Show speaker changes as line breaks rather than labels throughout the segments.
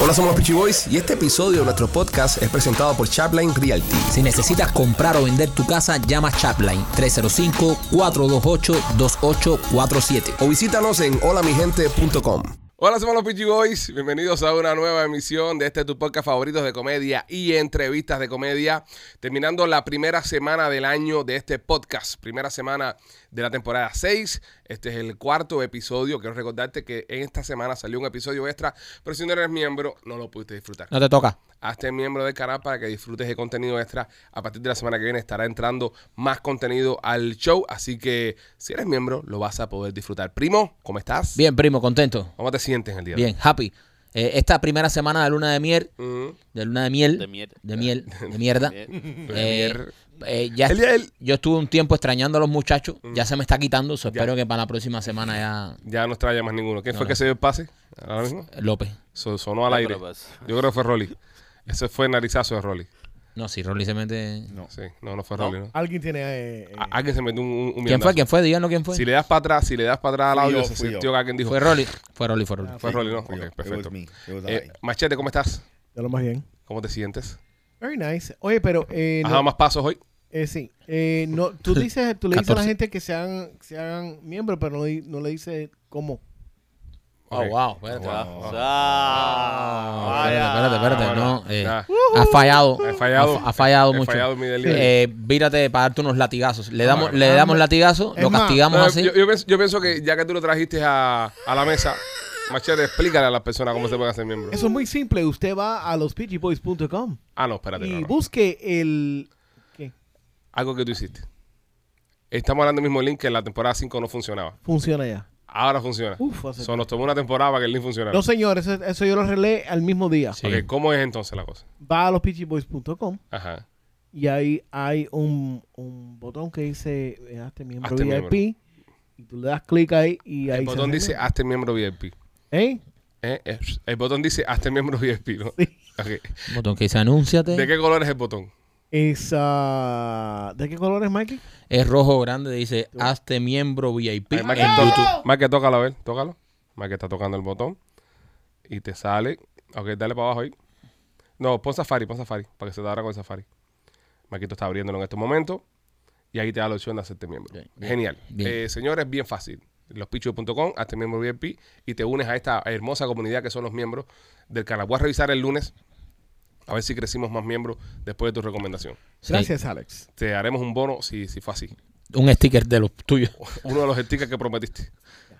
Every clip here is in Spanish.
Hola, somos los Peachy Boys y este episodio de nuestro podcast es presentado por Chapline Realty.
Si necesitas comprar o vender tu casa, llama Chapline 305-428-2847.
O visítanos en holamigente.com.
Hola, somos los Peachy Boys. Bienvenidos a una nueva emisión de este tu podcast favoritos de comedia y entrevistas de comedia. Terminando la primera semana del año de este podcast, primera semana de la temporada 6. Este es el cuarto episodio. Quiero recordarte que en esta semana salió un episodio extra, pero si no eres miembro, no lo pudiste disfrutar.
No te toca.
Hazte miembro del canal para que disfrutes de contenido extra. A partir de la semana que viene estará entrando más contenido al show. Así que si eres miembro, lo vas a poder disfrutar. Primo, ¿cómo estás?
Bien, primo, contento.
¿Cómo te sientes en el día de hoy?
Bien, happy. Eh, esta primera semana de luna de miel,
Ujú.
de luna de miel,
De miel.
de miel, de mierda. Eh,
mier-
eh, ya
El- el-
yo estuve un tiempo extrañando a los muchachos,
Mm.
ya se me está quitando, so espero que para la próxima semana ya
Ya no extraña más ninguno. ¿Quién fue que se dio el pase? Ahora mismo.
López.
So- sonó al
No,
aire.
pero pues-
Yo creo que fue Rolly. Ese fue el narizazo de Rolly.
No, si Rolly se mete.
Sí, no, no fue Rolly, ¿no?
Alguien tiene. eh, eh,
A- alguien se metió un, un- un
¿Quién fue?
mierdazo.
¿Quién fue? Díganlo quién fue.
Si le das para atrás, si le das para atrás al
Fui
audio,
yo,
se
fui yo.
sintió que alguien dijo.
Fue
Ah,
Rolly. Fue Rolly, fue Rolly.
Fue Rolly, ¿no?
fui yo.
Ok,
It was
perfecto.
me. It was
Eh,
I.
Machete, ¿cómo estás?
Ya lo más bien.
¿Cómo te sientes?
Very nice. Oye, pero. Eh,
¿Has
no-
dado más pasos hoy?
eh, sí. Eh, no, tú, dices, tú le dices a la
14.
gente que se hagan, se hagan miembros, pero no, di- no le dices cómo.
Oh,
Ok.
wow. Espérate,
Ah, ah,
espérate, espérate,
vaya.
espérate,
Ah,
no.
bueno.
eh,
Nada.
ha fallado.
He fallado.
Ha, ha fallado
He
mucho.
fallado en mi delivery. Ah,
eh, vírate para darte unos latigazos. Le damos,
bueno.
le damos latigazo,
Es
lo
más,
castigamos
Eh,
así.
yo, yo pienso, yo pienso que ya que tú lo trajiste a, a la mesa, Machete, explícale a las personas cómo se pueden hacer miembros.
Eso es muy simple. Usted va a lospidgeyboys.com
Ah, no, espérate. no,
y
no.
busque el. ¿Qué?
Algo que tú hiciste. Estamos hablando del mismo link que en la temporada 5 no funcionaba.
Funciona ya.
Ahora funciona.
Uf, hace-
So, nos tomó una temporada para que el link funcionara.
No, señor, eso, eso yo lo arreglé al mismo día.
Sí.
Ok, ¿Cómo es entonces la cosa?
Va a lospidgeyboys.com
Ajá.
y ahí hay un, un botón que dice eh, hazte miembro
Hazte
VIP. Y tú le das clic ahí y ahí
El
se
botón
hace
dice "Ah".
miembro.
hazte miembro VIP.
¿Eh?
Eh, eh, el botón dice hazte miembro VIP, ¿no?
Sí.
Ok.
Botón que dice anúnciate.
¿De qué color es el botón?
Es, ah, ¿De qué color es, Mikey?
Es rojo grande, dice hazte miembro VIP
Ay,
en
Más que toca-
YouTube.
más que tócalo, a ver, tócalo. Más que está tocando el botón. Y te sale. Ok, dale para abajo ahí. No, pon Safari, pon Safari, para que se te abra con Safari. Maquito está abriéndolo en este momento. Y ahí te da la opción de hacerte miembro. Genial.
bien.
Eh, señores, bien fácil. Lospichos.com, hazte miembro VIP y te unes a esta hermosa comunidad que son los miembros del canal. Voy a revisar el lunes a ver si crecimos más miembros después de tu recomendación.
Sí.
Gracias, Alex.
Te haremos un bono si, si fue así
Un sticker de los tuyos.
uno de los stickers que prometiste.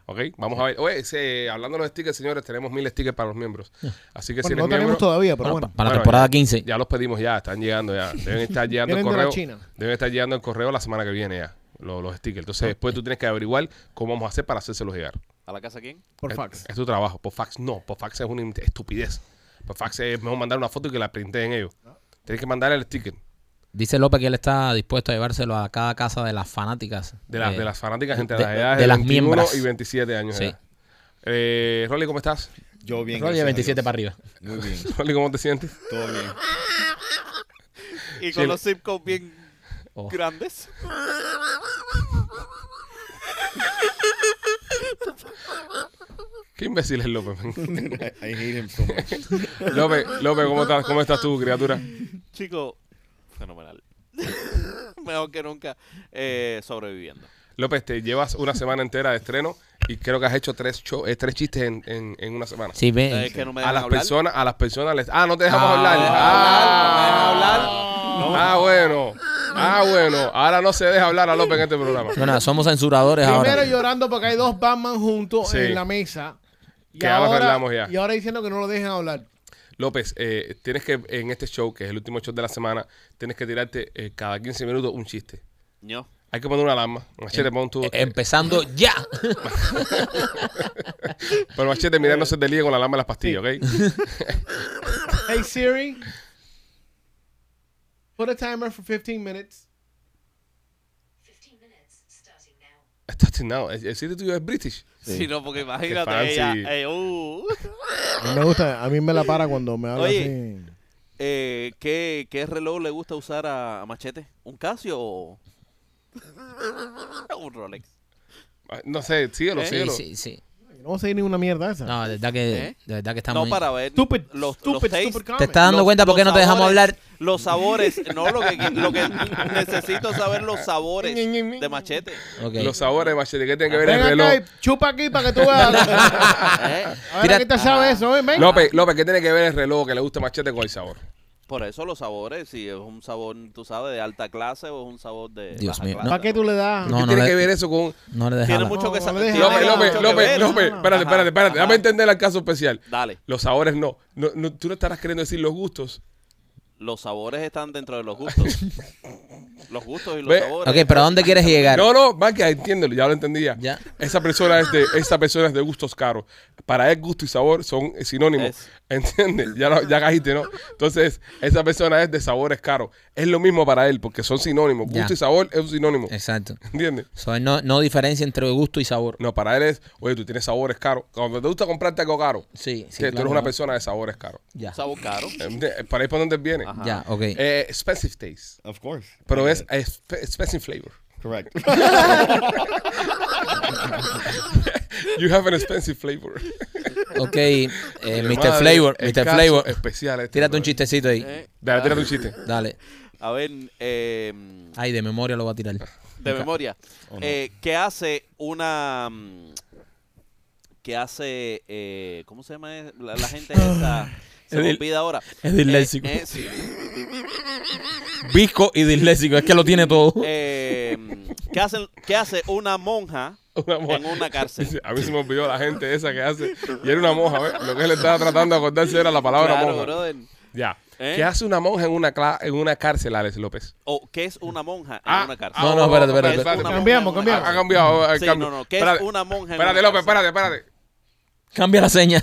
Ok, vamos a ver. Oye, ese, hablando de los stickers, señores, tenemos mil stickers para los miembros. Así que si eres
Bueno, no
miembro,
tenemos todavía, pero
Para,
bueno.
para la
Bueno,
temporada
ya-
15.
Ya los pedimos, ya están llegando, ya. Deben estar llegando el
Vienen de la
correo.
China.
Deben estar llegando el correo la semana que viene ya. Los, los stickers. Entonces, después tú tienes que averiguar cómo vamos a hacer para hacérselos llegar.
¿A la casa quién?
Por
Es-
fax.
Es, tu trabajo. Por fax no. Por fax es una in- estupidez. Por fax es mejor mandar una foto y que la printen ellos. Tienes que mandar el sticker
Dice López que él está dispuesto a llevárselo a cada casa de las fanáticas.
de, las
Eh,
de las fanáticas entre
de-
las edades
de
de
las
21
miembras.
y 27 años. de
Sí.
edad. Eh, Rolly, ¿cómo estás?
Yo bien.
Rolly de
gracias a
27
Dios.
para arriba.
Muy bien,
Rolly, ¿cómo te sientes?
todo bien.
Y con
Sí.
los zip codes bien
Oh.
grandes.
Qué imbécil es López. man.
I hate him so much.
López, López, ¿cómo estás? ¿Cómo estás tú, criatura?
Chico, fenomenal. Mejor que nunca eh, sobreviviendo.
López, te llevas una semana entera de estreno y creo que has hecho tres show- eh, tres chistes en, en- en una semana.
Sí, ven.
Es que no me
A
dejan
las
hablar.
personas, a las personas les Ah, no te dejamos hablar.
Ah,
Ah, ah, bueno. Ah, bueno. Ahora no se deja hablar a López en este programa.
No, no, somos censuradores
Primero
ahora.
llorando porque hay dos Batman juntos
Sí.
en la mesa. Y
Que ahora
ahora,
arreglamos ya.
y ahora diciendo que no lo dejen hablar.
López, eh, tienes que en este show, que es el último show de la semana, tienes que tirarte eh, cada 15 minutos un chiste.
No.
Hay que poner una alarma. Machete, pon tu...
Eh, Empezando ya.
Pero Machete, mira, no se te líe con la alarma de las pastillas, ¿ok?
Hey Siri, put a timer for 15 minutes.
15 minutes starting now.
Estás tiznado. El el sitio tuyo es British.
Si no, porque
fancy.
imagínate ella. eh, uh.
A mí me gusta, a mí me la para cuando me habla
Oye.
así.
Eh, ¿qué, qué reloj le gusta usar a, a Machete? ¿Un Casio o un Rolex?
Ah, No sé, síguelo,
¿Eh?
Sí,
síguelo.
sí, sí.
No sé ni una mierda esa.
No, de verdad que,
¿Eh?
de verdad que está
no
muy-
para ver
Stupid,
los,
stupid,
los tastes,
stupid
¿Te
comment.
está dando
los-
cuenta por qué
los
no te dejamos
sabores,
hablar?
Los sabores, no lo que, lo que necesito saber los sabores de machete.
Ok.
Los sabores de machete, ¿qué tiene que ver
Ven
el reloj?
acá y chupa aquí para que tú veas. a
¿eh?
ver,
Tira-
¿qué te sabe eso? ¿eh? Ven.
López, López, ¿qué tiene que ver el reloj que le gusta machete con el sabor?
Por eso los sabores, si es un sabor, tú sabes, de alta clase o es un sabor de
Dios
baja
mío,
clase.
¿Para qué tú le das?
No,
¿Qué
no
tiene
le-
que ver eso con...
No le
Tiene
dejamos.
mucho que
No,
sa-
no le deja
tiene
López,
nada,
López,
mucho que
López,
ver.
López, espérate,
Ajá.
espérate, espérate. Dame a
Ajá.
entender el caso especial.
Dale,
Los sabores no. No, no, Tú no estarás queriendo decir los gustos.
los sabores están dentro de los gustos. los gustos y los
Ve-
sabores.
Ok, pero ¿a dónde quieres llegar?
No, no, va que entiéndelo, ya lo entendía.
Ya.
Esa persona es de, esa persona es de gustos caros. Para él gusto y sabor son sinónimos.
Es.
¿Entiendes? Ya, lo- ya cajiste, ¿no? Entonces, esa persona es de sabores caros. Es lo mismo para él, porque son sinónimos.
Ya.
Gusto y sabor es un sinónimo.
Exacto.
¿Entiendes?
So, él no, no diferencia entre gusto y sabor.
No, para él es, oye, tú tienes sabores caros. Cuando te gusta comprarte algo caro,
Sí, sí.
que tú
claro,
eres una
¿no?
persona de sabores caros.
Ya.
Sabor caro.
¿Entiendes? Para ahí es por donde viene.
Ajá.
Ya, ok.
Eh, expensive taste.
Of course.
Pero
I
es
get
exp- expensive flavor.
it. correct.
You have an expensive flavor.
Ok, eh, Mr.
Madre,
Flavor,
el
Mr.
caso
Flavor.
Especial. este,
Tírate un
brother.
chistecito ahí.
Eh,
Dale, tírate un chiste.
Dale.
A ver, eh,
Ay, de memoria lo va a
Eh.
tirar.
de memoria.
Oh, no.
Eh, ¿Qué hace una... mm, ¿Qué hace... eh, ¿Cómo se llama es- la, la gente esta? Se me
Edil-
olvida ahora.
es disléxico.
Eh, eh, sí.
Visco y disléxico, es que lo tiene todo.
Eh, ¿qué, hacen- ¿Qué hace una monja
Una moja.
en una cárcel?
Dice, A mí se me olvidó la gente esa que hace. Y era una monja, ¿ves? Lo que él estaba tratando de acordarse era la palabra
Claro,
monja.
brother.
Ya.
¿Eh?
¿Qué hace una monja en una, cla- en una cárcel, Alex López?
¿O qué es una monja en
Ah,
una cárcel?
No, no, espérate,
ah,
espérate,
¿Qué es
espérate.
una
Cambiamos,
monja en una
Ha, ha
cambiamos.
cambiado. ha
Sí,
cambiado.
no, no. ¿Qué
Espérate.
es una monja en
Espérate,
una
López,
cárcel?
espérate, espérate.
Cambia la seña.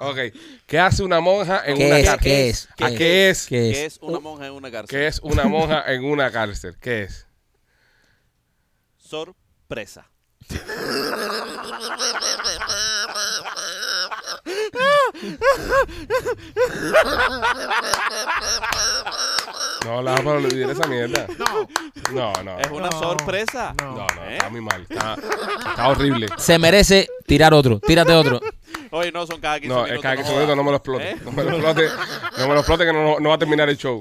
Ok. ¿Qué hace una monja en
¿Qué
una
es?
cárcel?
¿Qué es?
¿A
¿Qué
qué es?
¿Qué
¿Qué
es?
es una monja en una cárcel?
¿Qué es una monja en una cárcel? ¿Qué es?
Sorpresa.
No, la para olvidar esa mierda. No, no.
Es una
Ah, No,
sorpresa.
no.
No, no,
¿Eh?
está muy mal. Está, está horrible.
Se merece tirar otro. Tírate otro.
Oye, no, son cada 15
No,
minutos.
es que aquí
jodas.
no me lo explote.
¿Eh?
No me lo explote, no me lo explote que no, no va a terminar el show.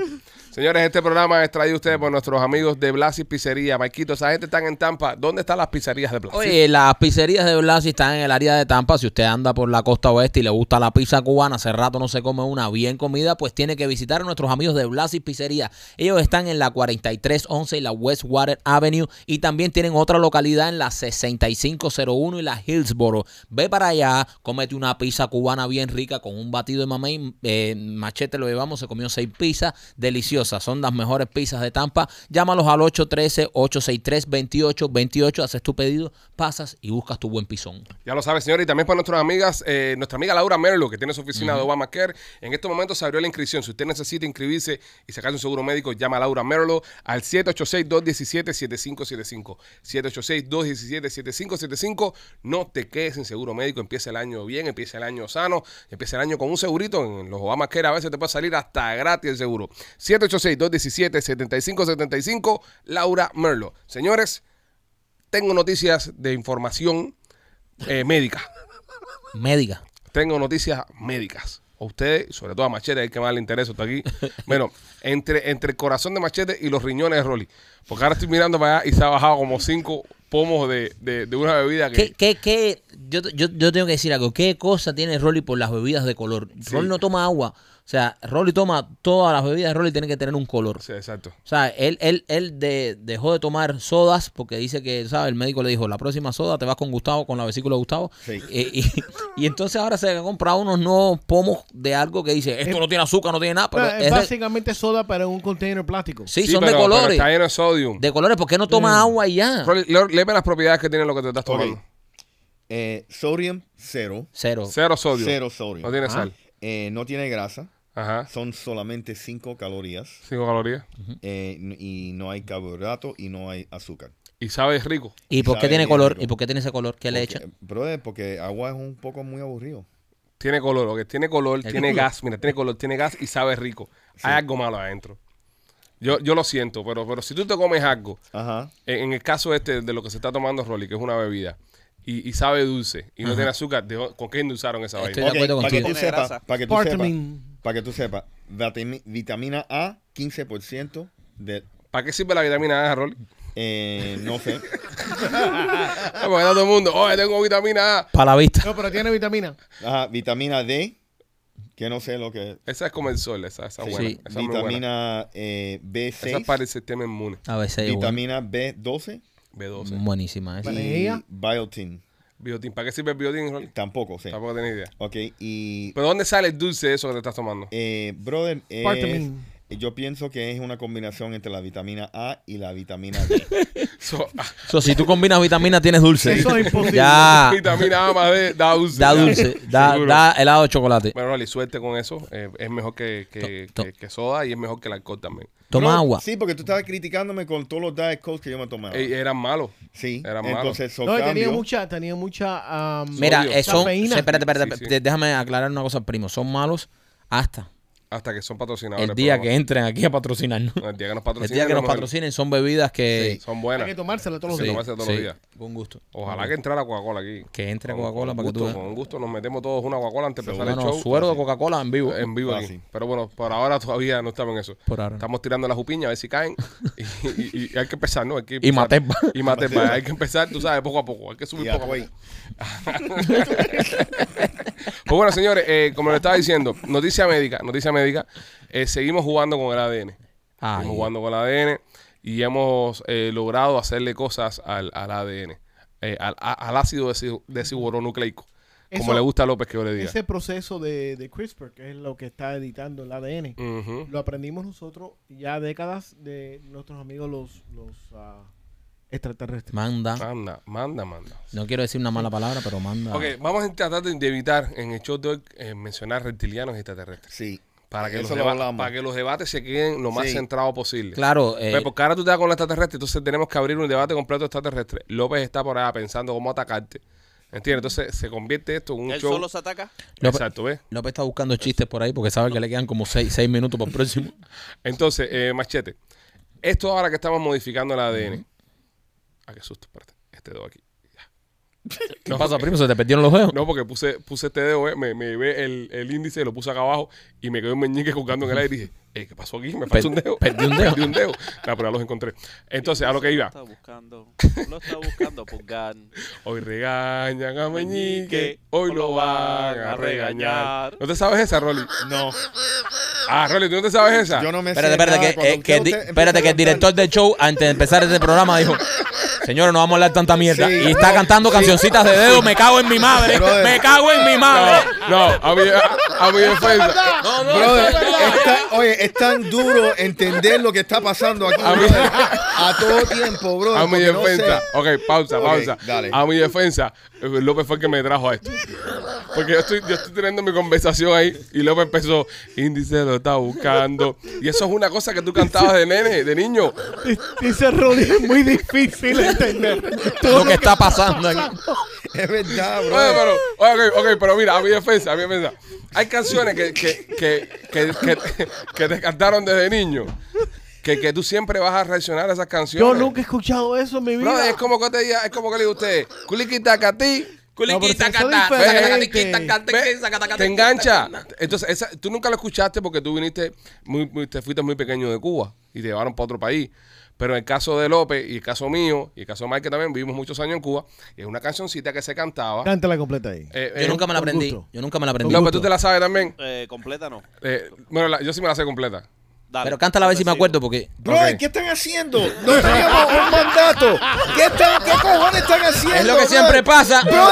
Señores, este programa es traído a ustedes por nuestros amigos de Blasi Pizzería. Maikito, esa gente están en Tampa. ¿Dónde están las pizzerías de Blasi?
Oye, las pizzerías de Blasi están en el área de Tampa. Si usted anda por la costa oeste y le gusta la pizza cubana, hace rato no se come una bien comida, pues tiene que visitar a nuestros amigos de Blasi Pizzería. Ellos están en la 4311 y la Westwater Avenue y también tienen otra localidad en la 6501 y la Hillsboro. Ve para allá, cómete una pizza cubana bien rica con un batido de mamey. eh, machete lo llevamos, se comió seis pizzas deliciosas. Son las mejores pizzas de Tampa. Llámalos al 813-863-2828. Haces tu pedido, pasas y buscas tu buen pisón.
Ya lo sabes, señores. Y también para nuestras amigas, eh, nuestra amiga Laura Merlo, que tiene su oficina de Obamacare. En estos momentos se abrió la inscripción. Si usted necesita inscribirse y sacar un seguro médico, llama a Laura Merlo al 786-217-7575. 786-217-7575. No te quedes sin seguro médico. Empieza el año bien, empieza el año sano, empieza el año con un segurito. En los Obamacare a veces te puede salir hasta gratis el seguro. 786-217-7575. Laura Merlo. Señores, tengo noticias de información eh, médica.
Médica.
Tengo noticias médicas. A ustedes, sobre todo a Machete, el que más le interesa está aquí. Bueno, entre, entre el corazón de Machete y los riñones de Rolly. Porque ahora estoy mirando para allá y se ha bajado como cinco pomos de, de- de una bebida
¿Qué,
que...
qué, qué? Yo, yo, yo tengo que decir algo. ¿Qué cosa tiene Rolly por las bebidas de color? Rolly no toma agua. O sea, Rolly toma todas las bebidas de Rolly, tienen que tener un color.
Sí, exacto.
O sea, él, él, él de- dejó de tomar sodas porque dice que, ¿sabes? El médico le dijo, la próxima soda te vas con Gustavo, con la vesícula de Gustavo.
Sí.
Eh, y, y entonces ahora se ha comprado unos nuevos pomos de algo que dice, esto no tiene azúcar, no tiene nada, pero
No, es
es de-
básicamente soda para un container plástico.
sí,
Sí,
son
pero-
de
pero
colores.
está lleno de sodio.
De colores, ¿por qué no toma agua y ya?
Rolly, le- léeme las propiedades que tiene lo que te estás tomando.
Ok. Eh, sodium, cero.
Cero.
Cero sodio.
Cero sodio.
No tiene
Ah.
sal.
Eh, no tiene grasa.
Ajá.
Son solamente 5 calorías.
Cinco calorías.
eh, n- y no hay carbohidrato y no hay azúcar.
Y sabe rico.
¿Y por qué
Sabe
tiene
bien
color?
rico.
¿Y por qué tiene ese color? ¿Qué le
Porque-
echan?
Eh, Brother, porque agua es un poco muy aburrido.
Tiene color, ok. Tiene color,
¿El
tiene
color?
gas. Mira, tiene color, tiene gas y sabe rico. Hay algo malo adentro. Yo, yo lo siento, pero, pero si tú te comes algo
Ajá.
En, en el caso este de lo que se está tomando Rolly, que es una bebida, y, y sabe dulce y no tiene azúcar, ¿de- ¿con qué endulzaron esa
Estoy
Este
vaina?
de acuerdo
para que
contigo.
tú
Tiene
sepas,
grasa.
para que tú sepas,
Vitamin.
para que tú sepas, vatimi- vitamina A, 15% de,
¿Para qué sirve la vitamina A, Rolly?
eh, no sé,
Ah, Porque está todo el mundo, oye, tengo vitamina A.
Para la vista.
No, pero tiene vitamina.
Ajá, vitamina D, que no sé lo que es,
Esa es como el sol, esa, esa es
Sí.
buena.
Sí.
Esa es muy buena.
vitamina eh,
Esa es
B6,
para el sistema inmune,
A veces es bueno.
vitamina B12
B12.
Mm. buenísima esa.
Vale.
y
Energía.
biotin.
Biotin, ¿para qué sirve el biotin, Rolly?
Tampoco sé.
Tampoco tenía idea.
Ok, y
¿Pero dónde sale el dulce de eso que te estás tomando?
eh, brother, es-
Vitamin.
yo pienso que es una combinación entre la vitamina A y la vitamina D.
So, ah,
So, si tú combinas vitamina, tienes dulce.
Eso es imposible.
Ya.
vitamina A más D da dulce.
Ah. Da dulce. Da,
Seguro.
da helado de chocolate.
Bueno, Rolly, suerte con eso. Eh, es mejor que, que,
To- to-
que- que soda y es mejor que el alcohol también.
Toma
Bro,
agua.
Sí, porque tú estabas criticándome con todos los Diet Coke que yo me tomaba.
Ey, eran malos.
sí,
era malo.
entonces son
No, y tenía
cambios.
mucha, tenía mucha. am,
Mira,
Sodio.
eh, son.
Cafeína.
Espérate, espérate,
Sí, sí.
de- Déjame aclarar una cosa, primo. Son malos hasta
Hasta que son patrocinadores.
el
del
día que
programa.
entren aquí a patrocinarnos.
No, El día que nos
El
patrocinen.
día que nos
vamos a-
patrocinen son bebidas que.
Son
hay que
buenas.
tomársela todos los
Sí.
días.
tomarse todos los días.
Con gusto.
Ojalá que entrara Coca-Cola aquí.
Que entre
Con-
Coca-Cola
con
para que tú
gusto,
veas.
Con gusto nos metemos todos una Coca-Cola antes de
No,
empezar el
no,
show.
suero de Coca-Cola en vivo.
En vivo aquí.
Fácil.
Pero bueno, por ahora todavía no estamos en eso.
Por ahora.
Estamos tirando las jupiñas a ver si caen. Y, y- y hay que empezar, ¿no? Hay que
Y
empezar.
Matepa.
Y Matepa. hay que empezar, tú sabes, poco a poco. Hay que subir
Y
poco a
Atuey.
poco. Pues bueno, señores, eh, como les estaba diciendo, noticia médica, noticia médica, eh, seguimos jugando con el ADN.
Ay.
Seguimos jugando con el ADN y hemos eh, logrado hacerle cosas al, al ADN, eh, al, a- al ácido desi- desiboronucleico, como
Eso-
le gusta a López que yo le diga.
Ese proceso de, de CRISPR, que es lo que está editando el ADN,
Ujú.
lo aprendimos nosotros ya décadas de nuestros amigos los, los ah, extraterrestres.
Ah.
Manda.
Manda, manda, manda.
No quiero decir una mala palabra, pero
Ah.
manda.
Ah. Ok, vamos a tratar de de evitar en el show de hoy eh, mencionar reptilianos y extraterrestres.
Sí.
Para que, los
Eh, Eso lo
deba-
hablamos.
para que los debates se queden lo más
Sí.
centrados posible.
Claro, eh,
Pues, porque ahora tú te das con los extraterrestres, entonces tenemos que abrir un debate completo extraterrestre. López está por allá pensando cómo atacarte. ¿Entiendes? Entonces se convierte esto en un
¿Él
show.
solo se ataca?
López-
Exacto, ¿ves?
López está buscando chistes por ahí porque sabe que le quedan como seis, seis minutos por próximo.
Entonces, eh, Machete, esto ahora que estamos modificando el ADN. Ah, qué susto, espérate. Este dedo aquí.
¿Qué pasa, primo? ¿Se te perdieron los dedos?
No, porque puse, puse este dedo, eh, me, me llevé el, el índice, lo puse acá abajo y me quedó un meñique colgando en el aire y dije, eh, ¿qué pasó aquí? Me falta un dedo.
perdí un dedo.
Perdí un dedo. Nah, pero ya los encontré. Entonces, a lo que
Lo
iba.
está buscando. Lo está buscando Pulgar.
Hoy regañan a Meñique,
Meñique,
hoy lo van a regañar. ¿No te sabes esa, Rolly?
No,
Ah, Rolly, ¿tú no te sabes esa?
yo no me
Espérate,
sé
espérate,
nada.
que,
Cuando
eh, que
usted-
di-
usted
espérate, que el
empieza a
director del show, antes de empezar este programa, dijo: Señores, no vamos a hablar tanta mierda.
Sí.
Y está cantando cancioncitas de dedo. Me cago en mi madre.
Brother.
Me cago en mi madre.
No, no, a mi, a, a mi defensa. No, no,
Brother, está- oye, es tan duro entender lo que está pasando aquí.
A
A,
mí-
a todo tiempo, bro.
A mi
porque no
defensa.
sé.
Ok, pausa,
Ok,
pausa.
dale.
A mi defensa, eh, López fue el que me trajo a esto. Porque yo estoy, yo estoy teniendo mi conversación ahí y López empezó, índice lo está buscando. Y eso es una cosa que tú cantabas de nene, de niño.
Dice Rolly, es muy difícil entender. Todo
Lo que está pasando aquí.
Es verdad, bro.
Oye, pero, oye, ok, ok, pero mira, a mi defensa, a mi defensa. Hay canciones que, que, que, que, que- que te cantaron desde niño. Que, que tú siempre vas a reaccionar a esas canciones.
Yo nunca he escuchado eso en mi vida.
Bro, es como que te diga, es como que le diga a usted, culiquitacatí.
No, pero eso es diferente.
Te engancha. Entonces, esa, tú nunca lo escuchaste porque tú viniste, muy, muy- te fuiste muy pequeño de Cuba y te llevaron para otro país. Pero en el caso de López y el caso mío y el caso de Mike que también vivimos muchos años en Cuba, es una cancioncita que se cantaba.
Cántala completa ahí.
Eh, eh,
Yo nunca me la
por
aprendí.
gusto.
Yo nunca me la aprendí.
López, tú te la sabes también.
Eh, completa no.
Eh, bueno, la- yo sí me la sé completa.
Dale.
Pero cántala a ver si me
Dale,
acuerdo porque.
Bro,
Ok.
¿qué están haciendo? No teníamos un mandato. ¿Qué, están, ¿Qué cojones están haciendo?
Es lo que
bro?
siempre pasa.
Bro,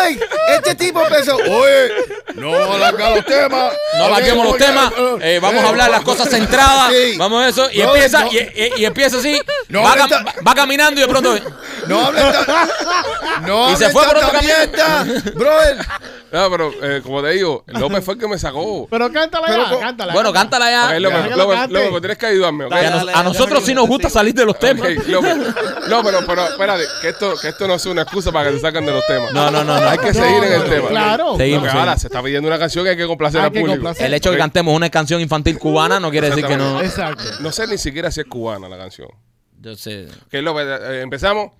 este tipo empezó. Oye, no alargamos los temas.
No alarguemos los temas, eh, vamos a hablar las cosas centradas,
Sí.
vamos a eso, y
Bro,
empieza,
no.
y, y- y empieza así,
No,
va,
ahorita-
cam- va- va caminando y de pronto,
eh, No hablen tan- no
Y se
hablen
fue por otro
tanta
camino.
mierda. Brother,
No, pero eh, como te digo, López fue el que me sacó.
Pero cántala
Pero
ya,
co-
cántala.
bueno, cántala ya,
Ok, López,
Ya.
López, López, tienes que ayudarme, ¿ok?
Que a,
Dale,
nos-
dale,
a
dale,
nosotros
déjame
sí
que
nos
me
gusta
siga.
salir de los temas.
Ok, López. No, pero, pero espérate, que esto, que esto no es una excusa para que te saquen de los temas.
No, no, no, no.
Hay que
No,
seguir en
no,
el
no,
tema.
Claro.
Porque
Seguimos,
ahora
seguimos.
se está pidiendo una canción que hay que complacer
Hay
al
que
público.
complacer.
El hecho de que cantemos una canción infantil cubana no quiere decir que no.
Exacto.
No sé ni siquiera si es cubana la canción.
Yo sé.
Ok, López, eh, empezamos.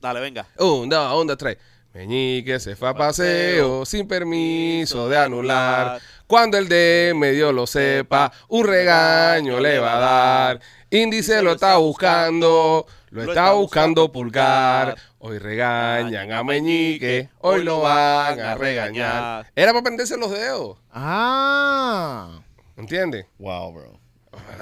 Dale, venga.
Un, dos, un, dos, tres. Meñique se fue a paseo sin permiso de anular. Cuando el de medio lo sepa, un regaño le va a dar. Índice lo está buscando, lo está buscando pulgar. Hoy regañan a Meñique, hoy lo van a regañar. Era para prenderse los dedos,
Ah.
¿entiendes?
Wow, bro.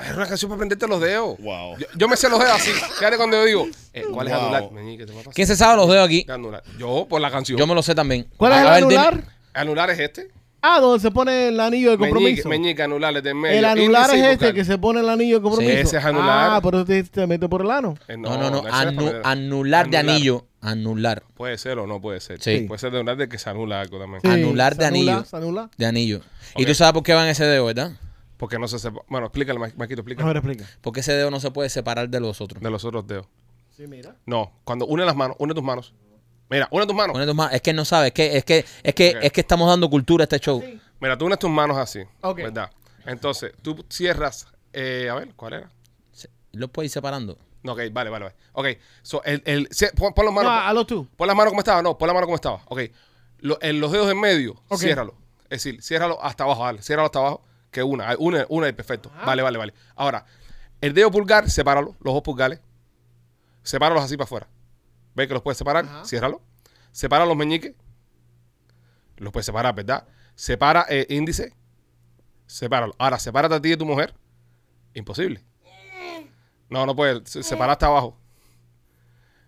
Es una canción para prenderte los dedos.
Wow.
Yo, yo me sé los dedos así. Fíjate cuando yo digo, eh, ¿cuál es
Wow.
anular? Meñique, te va a pasar.
¿Quién se sabe los dedos aquí?
Anular. Yo, por la canción.
Yo me lo sé también.
¿Cuál es el
A ver, dime.
anular?
Anular es este.
Ah, donde se pone el anillo de
Meñique,
compromiso.
meñique, anular es de en medio.
El anular
índice
es
y
este
pulgar.
que se pone el anillo de compromiso.
Sí, ese es anular.
Ah, por eso te, te mete por el ano.
Eh,
No, no, no.
ese era
anu-
para-
anular de anillo. Anular.
Puede ser o no puede ser.
Sí.
Puede ser de anular de que se anula algo también.
Sí,
Anular de
se anula,
anillo.
se anula.
De anillo. Y
Ok.
tú sabes por qué van ese dedo, ¿verdad?
Porque no se sepa. Bueno, explícale, Ma- Maquito,
A ver,
explícale.
explica.
Porque ese dedo no se puede separar de los otros.
De los otros dedos.
Sí, mira.
No, cuando une las manos, une tus manos. Mira, une tus manos.
Pone tus manos. Es que no sabes. Es que, es que, es que,
Ok.
es que estamos dando cultura a este show.
Mira, tú unes tus manos así.
Ok.
¿Verdad? Entonces, tú cierras. eh, a ver, ¿cuál era?
Se- Los puedes ir separando.
No, ok, vale, vale, vale. Ok, so, el, el, se- pon, pon las
No,
manos.
hazlo tú.
Pon las manos como estaba, no, pon las manos como estaba. Ok. Lo- en los dedos en medio,
Ok.
ciérralo. Es decir, ciérralo hasta abajo, dale. Ciérralo hasta abajo, que una. Ah, Una, una y perfecto. Vale, vale, vale. Ahora, el dedo pulgar, sepáralo, los dos pulgares. Sepáralos así para afuera. ¿Ves que los puedes separar? Ciérralo. Separa los meñiques. Los puedes separar, ¿verdad? Separa eh, índice. Sepáralo. Ahora, sepárate a ti de tu mujer. Imposible. No, no puedes. Se- Separa hasta abajo.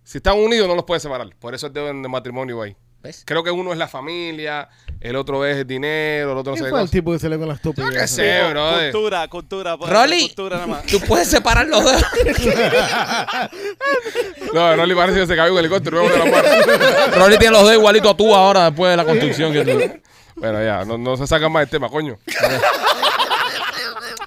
Si están unidos, no los puedes separar. Por eso el dedo en el matrimonio va ahí.
¿Ves?
Creo que uno es la familia, el otro es el dinero, el otro no
¿Quién
sé
fue el
qué
tipo que se le con las
cosa. Yo qué
estúpidas?
sé, Eh, brother.
Oh, Cultura, cultura. pues,
Rolly,
Cultura nada más.
tú puedes separar los dedos.
No, no le parece que se cayó un helicóptero. luego de la muerte.
Rolly tiene los dedos igualito a tú ahora después de la construcción que tú.
bueno, ya, no, no se saca más el tema, coño.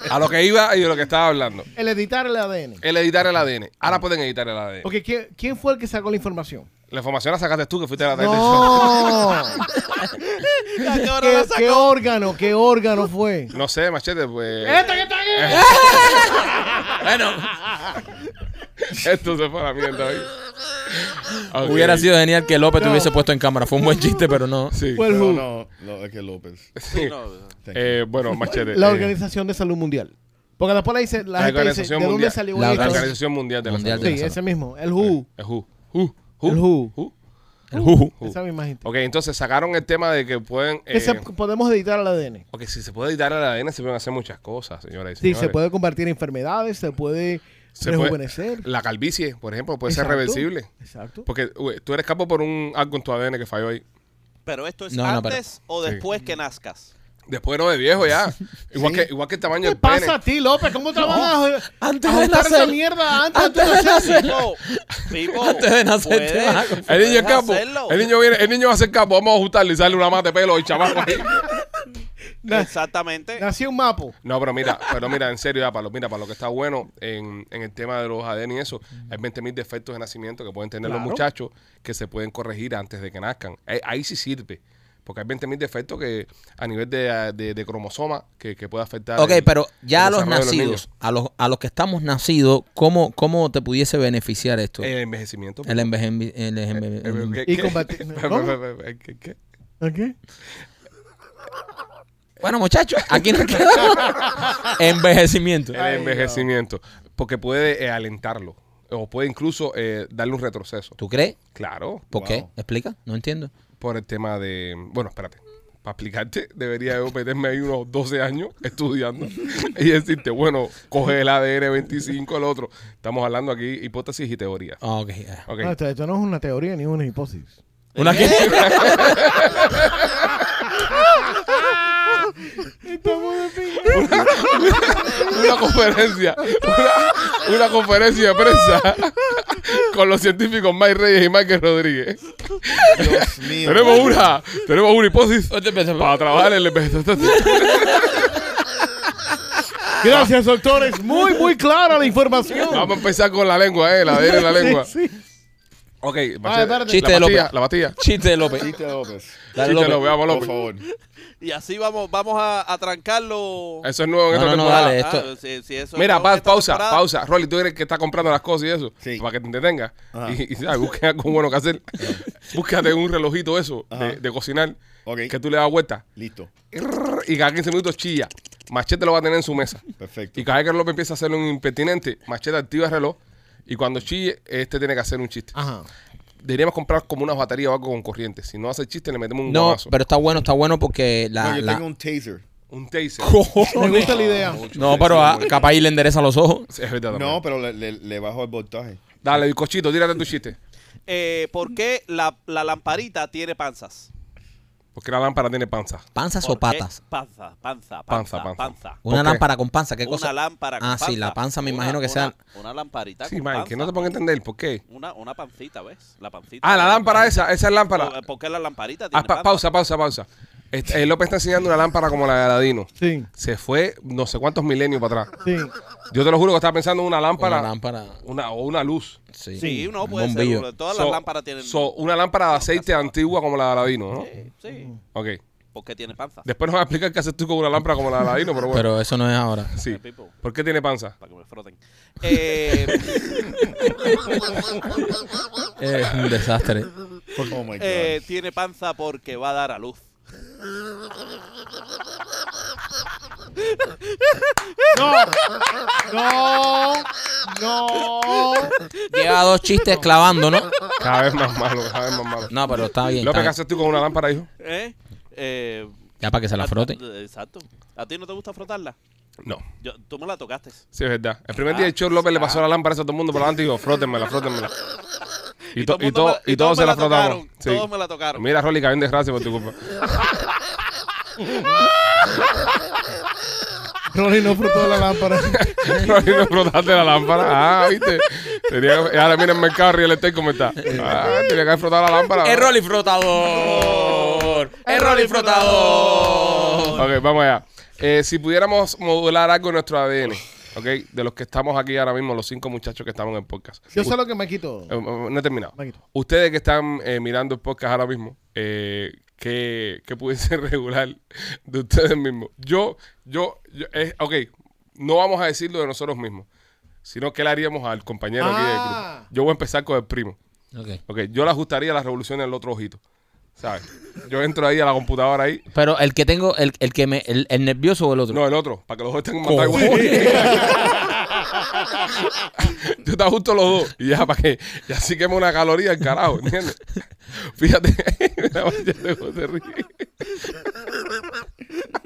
A lo que iba y de lo que estaba hablando.
El editar el ADN.
El editar el ADN. Ahora pueden editar el ADN.
Ok, ¿quién, quién fue el que sacó la información?
La información la sacaste tú que fuiste a la
No.
Ya, que ahora
¿Qué,
la saco.
qué órgano? ¿Qué órgano fue?
No sé, machete, pues.
Bueno,
Esto se fue a la mierda hoy. Ok.
hubiera sido genial que López te hubiese puesto en cámara. Fue un buen chiste, pero no.
Sí.
Fue el
No,
WHO,
no, no, es que López.
sí.
No,
Thank you.
Eh, bueno, machete.
la
eh,
Organización de Salud Mundial. Porque después la, dice, la,
la
gente dice,
Organización
¿de dónde
Mundial.
salió
La
esto?
La Organización Mundial de la
Mundial
Salud.
Sí, ese mismo, el WHO.
Es who. Who. Who.
El who.
El juju.
Esa misma gente.
Ok, entonces sacaron el tema de que pueden.
Que
Eh,
se- podemos editar el ADN.
ok, si se puede editar el ADN, se pueden hacer muchas cosas, señora.
Sí, se puede combatir enfermedades, se puede rejuvenecer.
La calvicie, por ejemplo, puede ser
Exacto.
reversible.
Exacto.
Porque ué, tú eres capo por un algo en tu ADN que falló ahí.
Pero esto es
No, no, pero-
antes o después que nazcas.
Después no de viejo ya. Igual, que, igual que el tamaño
¿Qué
del
pasa a
pene.
ti, López? ¿Cómo te van a
Antes
a
de
juntar esa
nacer.
mierda antes, de tu
Antes de
nacer?
nacer.
Pipo, Pipo,
Antes de nacer te
puedes-
hago.
El niño es
puedes
capo.
hacerlo.
El niño, viene, el niño va a ser capo. Vamos a ajustarle y sale una mata de pelo y chamaco ahí.
Exactamente.
Nació un mapo.
No, pero mira, pero mira, en serio, ya, para lo, mira, para lo que está bueno en, en el tema de los ADN y eso, hay 20.000 defectos de nacimiento que pueden tener los
Claro.
muchachos que se pueden corregir antes de que nazcan. Eh, ahí sí sirve, porque hay 20.000 defectos que a nivel de, de- de cromosoma que, que puede afectar.
Ok,
el-
pero ya a
el
los
desarrollo de
nacidos,
niños.
a los, a los que estamos nacidos, ¿cómo, ¿cómo te pudiese beneficiar esto?
El envejecimiento.
el envejem- el envejem-
Eh, ¿qué-
Y
qué?
combatir-
¿Qué- qué- qué?
¿Ok?
Bueno, muchachos, aquí nos quedamos. Envejecimiento.
El envejecimiento. Porque puede eh, alentarlo. O puede incluso eh, darle un retroceso.
¿Tú crees?
Claro.
¿Por qué?
Wow.
Explica, no entiendo.
por el tema de. Bueno, espérate. Para explicarte, debería yo meterme ahí unos 12 años estudiando y decirte, bueno, coge el ADN 25, el otro. Estamos hablando aquí hipótesis y teoría.
Ah, ok, ya.
Ok.
No, esto, esto no es una teoría ni una hipótesis.
¿Una qué?
Una conferencia, una, una conferencia de prensa con los científicos Mike Reyes y Michael Rodríguez.
Dios mío.
Tenemos una, tenemos una hipótesis para trabajar en el
Ah.
Gracias, doctores. Muy, muy clara la información.
Vamos a empezar con la lengua, eh, el ADN en la lengua.
Sí, sí.
Ok,
Ah, espérate.
Chiste de
la
López.
pastilla, la pastilla.
Chiste de López.
Chiste Este López.
Dale,
Chiste
López.
López, vamos,
Por
López.
favor.
Y así vamos, vamos a, a trancarlo.
Eso es nuevo en
No, no,
esta
no,
temporada.
dale.
Ah,
esto-
si- si eso
Mira,
no,
pa-
esta
pausa,
temporada-
pausa. Rolly, tú eres el que está comprando las cosas y eso.
Sí.
Para que te entretengas.
Ajá.
Y, y, ¿sabes? busca algo bueno que hacer. Búscate un relojito eso de, de cocinar.
Ok.
Que tú le das vuelta.
Listo.
Y cada 15 minutos chilla. Machete lo va a tener en su mesa.
Perfecto.
Y cada vez que López empieza a hacer un impertinente, Machete activa el reloj. Y cuando chille, este tiene que hacer un chiste.
Ajá.
Deberíamos comprar como una batería o algo con corriente. Si no hace chiste, le metemos un
No,
guamazo.
pero está bueno, está bueno porque la.
No, yo
la-
tengo un taser.
Un taser.
Me gusta la idea.
No, pero ah, capaz y le endereza los ojos.
Sí, Es verdad.
No,
No.
pero le, le- le bajo el voltaje.
Dale, bizcochito, tírate tu chiste.
Eh, ¿Por qué la, la lamparita tiene panzas?
Porque la lámpara tiene panza.
¿Panzas
¿Por
o patas?
qué? Panza, panza,
Panza,
panza,
panza.
panza.
Una
¿Por qué?
lámpara con panza, ¿qué
Una
cosa?
lámpara con
Ah, sí, la panza me
Una-
imagino que
una-
sea-
Una lamparita
Sí,
con
man,
panza.
que no te pongo a entender por qué.
Una, una pancita, ¿ves? La pancita.
Ah, la lámpara esa, esa es lámpara.
¿Por, por qué la lamparita tiene
Ah, pa-
panza?
pausa, pausa, pausa. Este, eh, López está enseñando una lámpara como la de Aladino.
Sí,
Se fue no sé cuántos milenios para atrás.
sí.
Yo te lo juro que estaba pensando en una lámpara,
Una
una
lámpara.
o una luz.
Sí,
Sí, no
un
puede
bombillo.
ser. Todas
So-
las lámparas tienen.
so, una lámpara de aceite antigua como la de Aladino, ¿no?
Sí, sí.
Ok.
¿Por qué tiene panza?
Después nos va a explicar qué haces tú con una lámpara como la de Aladino, pero bueno.
Pero eso no es ahora.
sí. ¿Por qué tiene panza?
Para que me froten. Eh,
Es un desastre.
Oh my God.
eh, tiene panza porque va a dar a luz.
No, no, no.
Lleva dos chistes clavando, ¿no?
Cada vez más malo, cada vez más malo.
No, pero está bien.
López, ¿qué
está
haces tú con una lámpara, hijo?
¿Eh? Eh,
bien. Ya para que se la
a-
froten.
Exacto. ¿A ti no te gusta frotarla?
No.
Yo, tú me la tocaste.
Sí, es verdad. El primer día
Ah,
de show, López le pasó la lámpara a todo el mundo por delante y dijo, frótenmela, frótenmela. Y, to-
todo el
y,
mundo
to-
me la-
y todos
me
se la
tocaron,
frotaron. Sí.
Todos me la tocaron.
Mira, Rolly, cayó en desgracia por tu culpa.
Rolly no frotó la lámpara.
Rolly, no frotaste la lámpara. Ah, viste. Tenía, que- ahora mira el mercado real estate como está. Ah, tenía que haber frotado la lámpara.
¡Es Rolly Frotador! ¡Es Rolly Frotador!
Ok, vamos allá. Eh, si pudiéramos modular algo en nuestro ADN, ¿ok? De los que estamos aquí ahora mismo, los cinco muchachos que estamos en el podcast.
Yo sé lo que me quito.
Eh, No he terminado.
Maquito.
Ustedes que están eh, mirando el podcast ahora mismo, eh, ¿qué, qué pudiese regular de ustedes mismos? Yo, yo, yo eh, ok, no vamos a decirlo de nosotros mismos, sino que le haríamos al compañero aquí del
Ah.
grupo. Yo voy a empezar con el primo.
Ok.
Ok, yo le ajustaría la revolución del otro ojito. ¿Sabes? Yo entro ahí a la computadora ahí.
Pero el que tengo, el, el que me, el, el nervioso o el otro.
No, el otro, para que los dos estén montados igual. Yo te ajusto los dos. Y ya, para que. Y así quema una caloría el carajo, ¿entiendes? Fíjate. Mira, Machete, cómo se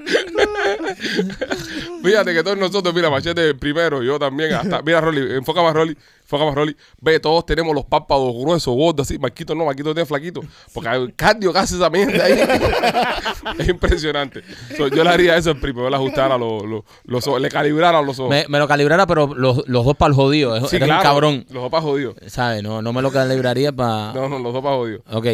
ríe. Fíjate que todos nosotros, mira, Machete el primero, yo también. Hasta, mira, Rolly, enfoca más Rolly, enfoca más Rolly. Ve, todos tenemos los párpados gruesos, gordos, así. Marquito no, Marquito tiene flaquito. Porque el cardio que hace esa mierda ahí. es impresionante. So, yo le haría eso al primo, yo le ajustara los, los, los ojos, le calibrara los ojos.
Me, me lo calibrara, pero los, los dos para el jodido. Es
Sí,
eres
claro,
un cabrón. Ah.
Los opas jodidos.
¿Sabes? No, no me lo calibraría para.
No, no, los opas jodidos.
Ok.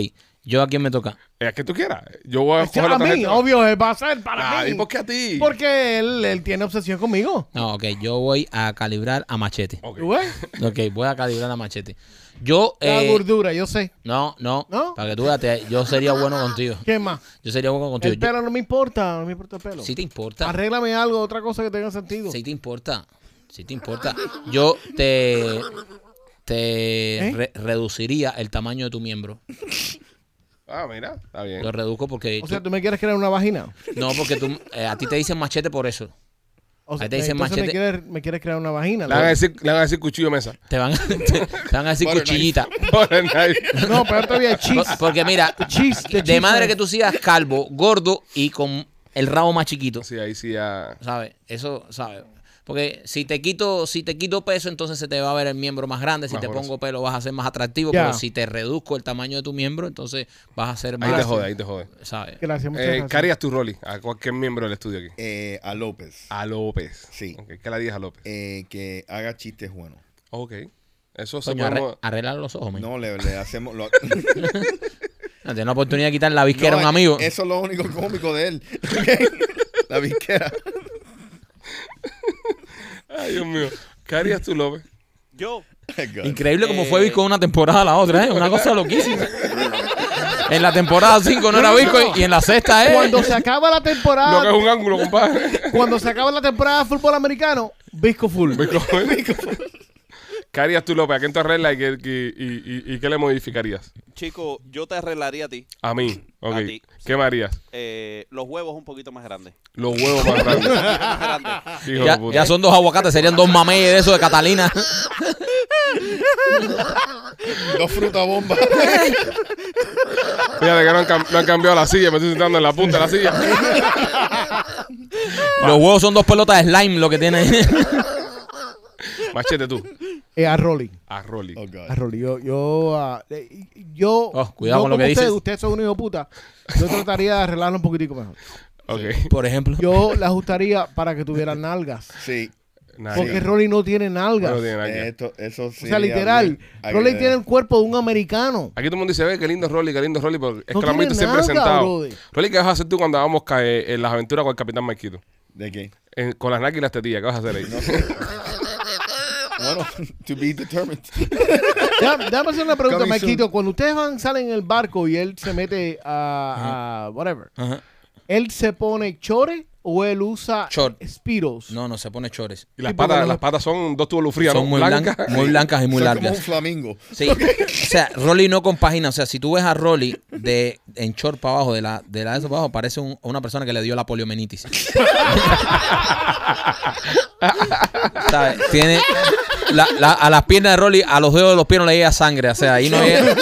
¿Yo a quién me toca?
Es Eh, que tú quieras. Yo voy a
Sí,
coger
a
la
mí,
tarjeta.
obvio, él va a ser para
Ah,
mí.
¿Y por qué a ti?
Porque él, él tiene obsesión conmigo.
No, ok. Yo voy a calibrar a machete.
Ok.
¿Tú ves?
Ok, voy a calibrar a machete. Yo.
La
eh,
gordura, yo sé.
no, no,
¿No?
Para que tú veas, te- yo sería bueno contigo.
¿Qué más?
Yo sería bueno contigo.
El
Yo-
pelo no me importa, no me importa el pelo.
si te importa.
Arréglame algo, otra cosa que tenga sentido.
Si te importa. Si te importa. Yo te. Te
¿Eh?
re- reduciría el tamaño de tu miembro.
Ah, mira, está bien.
Lo reduzco porque.
O
tú-
sea, ¿tú me quieres crear una vagina?
no, porque tú, eh, a ti te dicen machete por eso.
O sea,
Ahí te dicen
entonces
machete.
me quieres, me quieres crear una vagina.
Le van, a decir, le van a decir cuchillo de mesa.
Te van a, te, te van a decir
Butter
cuchillita.
Pobre nadie.
No, pero todavía es
Por-
cheese.
Porque mira,
Cheese, the
de
cheese
madre
knife.
que tú seas calvo, gordo y con el rabo más chiquito.
Sí, ahí sí ya.
¿Sabes? Eso, ¿sabes? Porque si te quito, si te quito peso, entonces se te va a ver el miembro más grande. Si
Más
te
grueso.
pongo pelo, vas a ser más atractivo.
Ya.
Pero si te reduzco el tamaño de tu miembro, entonces vas a ser más.
Ahí te jode, ahí te jode.
¿Sabes?
Gracias, muchas
Eh,
gracias.
¿Qué harías tú, Rolly? A cualquier miembro del estudio aquí.
Eh, a López.
A López.
Sí.
Ok, ¿Qué le harías a López?
Eh, que haga chistes buenos.
Ok. Eso se
Coño,
puede.
arre- arreglar los ojos, man. No.
No, le, le hacemos. Lo,
Tienes la oportunidad de quitar la visquera
No, eh,
a un amigo.
Eso es lo único cómico de él. La visquera. Oh,
Ay, Dios mío. ¿Qué harías tú, López?
Yo,
God.
Increíble como fue
Eh,
Visco de una temporada a la otra, ¿eh? Una cosa loquísima. En la temporada 5 no era Visco y en la sexta ¿eh? es.
Cuando se acaba la
Lo que es
temporada,
un ángulo, compadre.
cuando se acaba la temporada de fútbol americano, Visco Full.
¿Qué harías tú, López? ¿A quién te arreglas y, qué- y, y- y- y qué le modificarías?
Chico, yo te arreglaría a ti
A mí. Ok.
A ti,
¿Qué me harías?
eh, los huevos un poquito más grandes.
Los huevos más grandes.
Más grandes.
Hijo de
Ya,
puta.
ya son dos aguacates, serían dos mameyes de eso de Catalina.
Dos frutas bomba.
Fíjate que no han, cam- no han cambiado la silla. Me estoy sentando en la punta de la silla.
Los huevos son dos pelotas de slime lo que tiene.
Machete tú.
Eh, a Rolling.
A Rolly.
Oh, God.
A Rolly. Yo, yo, ah, eh, yo
Oh, cuidado
no
con lo
como
que
ustedes,
dices.
Ustedes son un hijo de puta. Yo trataría de arreglarlo un poquitico mejor.
Ok.
Por ejemplo.
Yo la ajustaría para que tuviera nalgas.
Ah, Sí.
Nadie.
Porque Rolly no tiene nalgas.
No tiene nada que-
Esto, eso sí.
o sea, literal.
hay que
Rolly
ver.
tiene el cuerpo de un americano.
Aquí todo el mundo dice, ve, qué lindo es Rolly, qué lindo es Rolly. Pero es
No
que lo han
tiene
visto siempre
nalga,
sentado.
brother.
Rolly, ¿qué vas a hacer tú cuando vamos ca- eh, en las aventuras con el Capitán Marquito?
¿De qué?
En- con las nalgas y las tetillas, ¿qué vas a hacer ahí?
Bueno, to be determined.
Ya- Déjame hacer una pregunta,
Coming
Marquito. Cuando ustedes van, salen en el barco y él se mete a, a whatever,
Ajá.
¿él se pone chore o él usa
Short.
Spiros?
No, no, se pone chores.
Y las
Sí, porque
patas,
no-
las patas son dos tubos frías, ¿no?
Son muy blancas, muy blancas y muy
Soy
largas.
como un flamingo.
Sí, o sea, Rolly no compagina. O sea, si tú ves a Rolly de en short para abajo, de la de la de eso para abajo, parece un- una persona que le dio la poliomielitis. ¿Sabes? Tiene la- la- a las piernas de Rolly, a los dedos de los pies no le llega sangre. O sea, ahí no llega.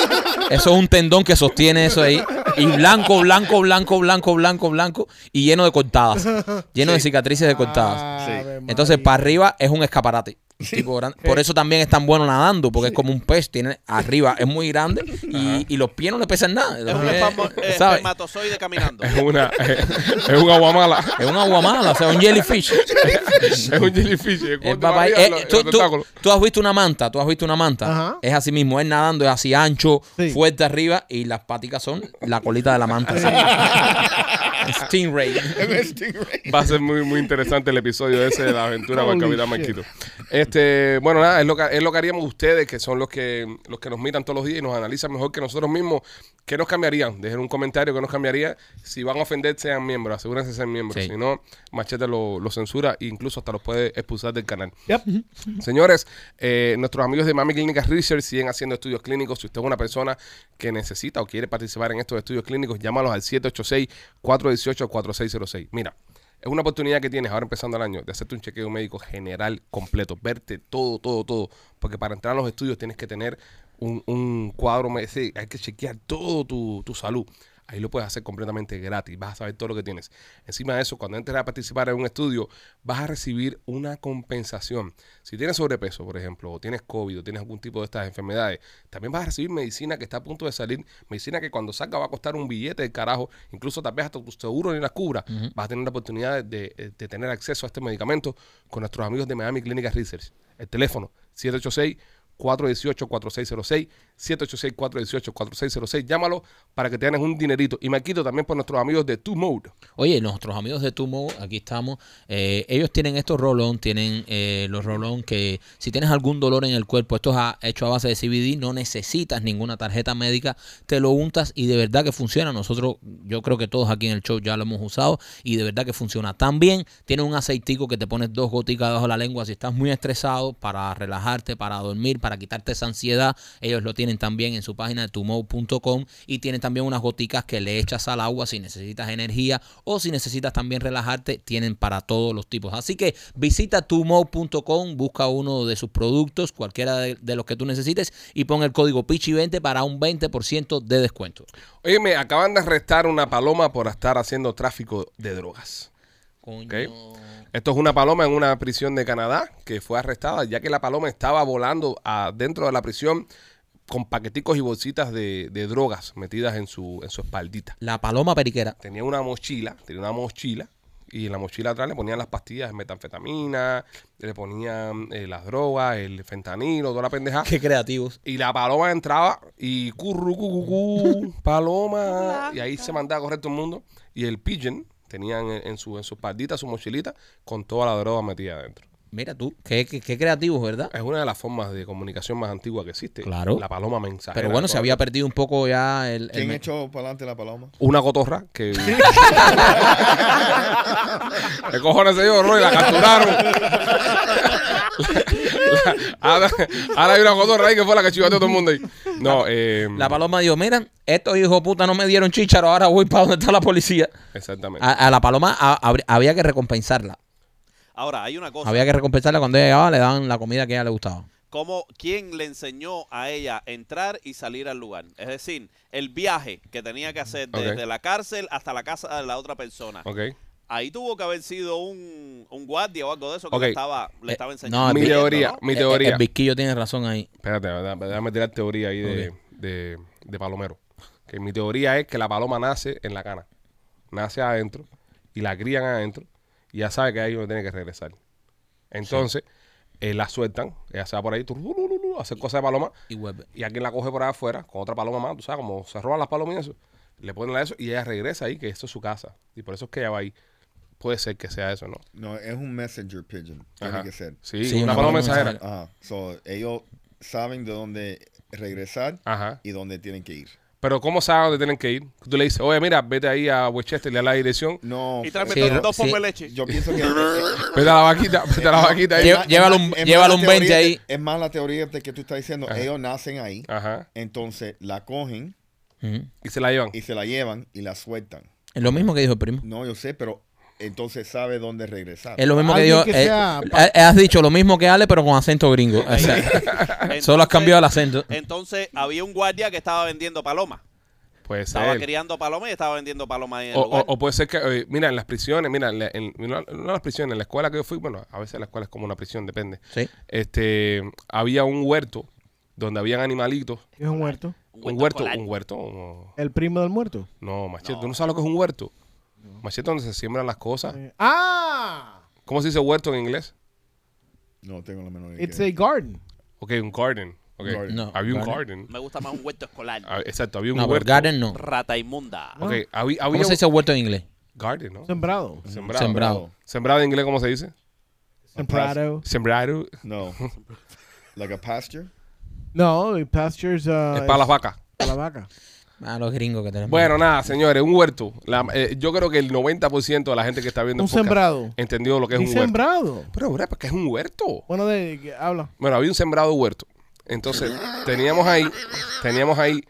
Eso es un tendón que sostiene eso ahí. Y blanco, blanco, blanco, blanco, blanco, blanco. Y lleno de cortadas. Lleno de cicatrices de cortadas.
Ah,
Sí.
Entonces, para arriba es un escaparate. tipo grande. Por eso también es tan bueno nadando, porque es como un pez. Tiene arriba, es muy grande y, y los pies no le pesan nada.
Es un
Eh,
espasmo- eh,
¿sabes?
espermatozoide caminando.
Es una, es, es un aguamala.
Es una guamala, o sea, un jellyfish.
es un jellyfish. Es
Es
corto para
papá-
arriba,
eh,
lo- los
tú, tú-
tentáculos.
tú has visto una manta, tú has visto una manta.
Ajá.
Es así mismo, es nadando, es así ancho,
Sí.
fuerte arriba y las paticas son la colita de la manta. así. Stingray.
Es un stingray.
Va a ser muy, muy interesante el episodio ese de la aventura con el
Holy
Capitán
shit.
Marquito. Este, bueno, nada, es lo, que, es lo que haríamos ustedes, que son los que, los que nos miran todos los días y nos analizan mejor que nosotros mismos. ¿Qué nos cambiarían? Dejen un comentario que nos cambiaría. Si van a ofender, sean miembros, asegúrense de ser miembros.
Sí.
Si no, Machete lo, lo censura e incluso hasta los puede expulsar del canal.
Yep.
Señores, eh, nuestros amigos de Mami Clínicas Research siguen haciendo estudios clínicos. Si usted es una persona que necesita o quiere participar en estos estudios clínicos, llámalos al 786-418-4606. Mira, es una oportunidad que tienes ahora empezando el año de hacerte un chequeo médico general completo, verte todo, todo, todo. Porque para entrar a los estudios tienes que tener un, un cuadro, me- sí, hay que chequear todo tu, tu salud. Ahí lo puedes hacer completamente gratis. Vas a saber todo lo que tienes. Encima de eso, cuando entres a participar en un estudio, vas a recibir una compensación. Si tienes sobrepeso, por ejemplo, o tienes COVID, o tienes algún tipo de estas enfermedades, también vas a recibir medicina que está a punto de salir. Medicina que cuando salga va a costar un billete de carajo. Incluso tal vez hasta tu seguro ni las cubra. Vas a tener la oportunidad de, de- de tener acceso a este medicamento con nuestros amigos de Miami Clinic Research. El teléfono 786 418-4606, 786-418-4606. Llámalo para que te ganes un dinerito. Y me quito también por nuestros amigos de Two Mode.
Oye, nuestros amigos de Tumo, aquí estamos. eh, ellos tienen estos rolón, tienen eh, los rolón que si tienes algún dolor en el cuerpo, esto es a- hecho a base de CBD, no necesitas ninguna tarjeta médica, te lo untas y de verdad que funciona. Nosotros, yo creo que todos aquí en el show ya lo hemos usado y de verdad que funciona. También tiene un aceitico que te pones dos goticas debajo de la lengua si estás muy estresado para relajarte, para dormir, para quitarte esa ansiedad. Ellos lo tienen también en su página de tumo.com y tienen también unas goticas que le echas al agua si necesitas energía o si necesitas también relajarte, tienen para todos los tipos. Así que visita tumo.com, busca uno de sus productos, cualquiera de, de los que tú necesites y pon el código PICHI20 para un 20% de descuento.
Oye, me acaban de arrestar una paloma por estar haciendo tráfico de drogas.
Coño.
¿ok? Esto es una paloma en una prisión de Canadá que fue arrestada ya que la paloma estaba volando a- dentro de la prisión con paqueticos y bolsitas de, de drogas metidas en su, en su espaldita.
La paloma periquera.
Tenía una mochila, tenía una mochila y en la mochila atrás le ponían las pastillas de metanfetamina, le ponían eh, las drogas, el fentanilo, toda la pendeja.
Qué creativos.
Y la paloma entraba y curru, cu, cu, cu, paloma. y ahí se mandaba a correr todo el mundo. Y el pigeon tenían en, en su, en su espaldita, su mochilita, con toda la droga metida adentro.
Mira tú, qué, qué, qué creativos, ¿verdad?
Es una de las formas de comunicación más antigua que existe.
Claro.
La paloma mensajera.
Pero bueno, se había perdido un poco ya el... el
¿Quién
me-
echó para adelante la paloma?
Una cotorra que... ¿Qué cojones se dio, Roy? La capturaron. La- la- ahora, ahora hay una cotorra ahí que fue la que chivateó a todo el mundo ahí. No, eh,
La paloma dijo, mira, estos hijos de puta no me dieron chícharo, ahora voy para donde está la policía.
Exactamente.
A, a la paloma a- habr- había que recompensarla.
Ahora, hay una cosa.
Había que recompensarla cuando ella llegaba, le daban la comida que a ella le gustaba.
¿Cómo, ¿Quién le enseñó a ella entrar y salir al lugar? Es decir, el viaje que tenía que hacer desde
Ok.
la cárcel hasta la casa de la otra persona.
Ok.
Ahí tuvo que haber sido un, un guardia o algo de eso que
Ok.
le, estaba,
Eh,
le estaba
no, Eh,
enseñando.
Mi
Viendo,
teoría, mi teoría.
El, el Vizquillo tiene razón ahí.
Espérate, déjame- déjame tirar teoría ahí de, de- de Palomero. Que mi teoría es que la paloma nace en la cana. Nace adentro y la crían adentro y ya sabe que ahí uno tiene que regresar. Entonces, eh, la sueltan, ella se va por ahí, tururururu, a hacer cosas de paloma
Y vuelve.
y alguien la coge por ahí afuera con otra paloma más, tú sabes, como se roban las palomas y eso. Le ponen la eso y ella regresa ahí, que eso es su casa. Y por eso es que ella va ahí. Puede ser que sea eso, ¿no?
No, es un messenger pigeon.
Ajá.
Tiene que ser.
Sí,
Sí,
una,
una
paloma
paloma
mensajera.
mensajera.
Ajá. So, ellos saben de dónde regresar
Ah.
Ajá.
y dónde tienen que ir.
Pero ¿cómo sabe dónde tienen que ir? Tú le dices, oye, mira, vete ahí a Westchester, le das la dirección,
No,
Y tráeme
Sí,
dos-
ro-
dos
sí.
pommes de leche.
yo pienso que... es-
vete a la vaquita, vete a la vaquita ahí.
Lleva-
es
llévalo
más-
un-
es más
llévalo
la
un
teoría
20 ahí.
de- Es más la teoría de que tú estás diciendo. Ellos nacen ahí,
Ajá.
entonces la cogen
Ujú.
Y se la llevan.
y se la llevan y la sueltan.
Es lo mismo que dijo el primo.
No, yo sé, pero entonces sabe dónde regresar.
Es lo mismo que
Alguien
dijo.
que
eh,
sea
eh, has dicho lo mismo que Ale, pero con acento gringo. O sea,
Entonces-
solo has cambiado el acento.
Eh,
Entonces, había un guardia que estaba vendiendo paloma.
Puede
Estaba
ser.
criando paloma y estaba vendiendo paloma ahí en el
Pues, O, o-
lugar.
o puede ser que, eh, mira, en las prisiones, mira, en, la- en- no no en las prisiones, en la escuela que yo fui, bueno, a veces la escuela es como una prisión, depende.
Sí.
Este, había un huerto donde habían animalitos.
¿Es un muerto?
Un huerto,
escolar.
un huerto. un-
¿El primo del muerto?
No, machete, ¿tú no sabes lo que es un huerto? Machete donde se siembran las cosas.
Eh, ¡Ah!
¿Cómo se dice huerto en inglés?
No tengo la menor idea.
It's a garden.
Ok, un garden. ok.
Garden.
No,
había un
garden.
garden.
Me gusta más un huerto escolar.
Ah, exacto, había un
No, pero
huerto.
garden no.
Rata inmunda.
Ah.
Ok, había, había
¿Cómo se
un-
dice huerto en inglés?
Garden, ¿no?
Sembrado.
Sembrado. Sembrado.
Sembrado.
en inglés, ¿cómo se dice?
Sembrado.
Sembrado.
No. like a pasture.
No, el pasture es, uh,
es para las vacas.
para la vaca.
Ah, los gringos que tenemos.
Bueno, nada, señores, un huerto. La- eh, yo creo que el 90% de la gente que está viendo el
Un
podcast
sembrado.
entendió lo que es
Y
un huerto.
sembrado.
Pero, bro, ¿para qué es un huerto?
Bueno, de, que habla.
Bueno, había un sembrado huerto. Entonces, teníamos ahí, teníamos ahí,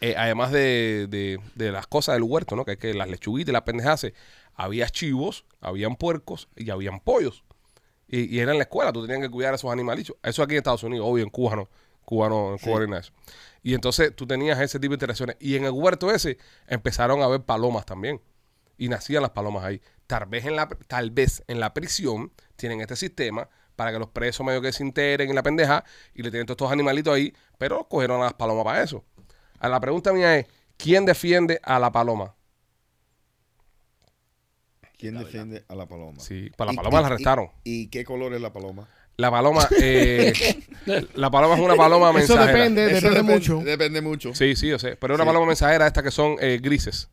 eh, además de, de- de las cosas del huerto, ¿no? Que es que las lechuguitas y las pendejaces, había chivos, habían puercos y habían pollos. Y, y era en la escuela, tú tenías que cuidar a esos animalitos. Eso aquí en Estados Unidos, obvio, en Cuba no. Cuba no, en Cuba no hay nada de eso. Y entonces tú tenías ese tipo de interacciones. Y en el huerto ese empezaron a ver palomas también. Y nacían las palomas ahí. Tal vez en la, tal vez en la prisión tienen este sistema para que los presos medio que se enteren en la pendeja y le tienen todos estos animalitos ahí, pero cogieron a las palomas para eso. A la pregunta mía es, ¿quién defiende a la paloma?
¿Quién defiende a la paloma?
Sí, para la
¿Y-
paloma
y-
la arrestaron.
¿Y, y qué color es la paloma?
La paloma, eh, la paloma es una paloma
Eso
mensajera.
depende, depende,
Eso
mucho.
Depende mucho.
Sí, sí, yo sé. Pero es una paloma mensajera esta que son eh, grises.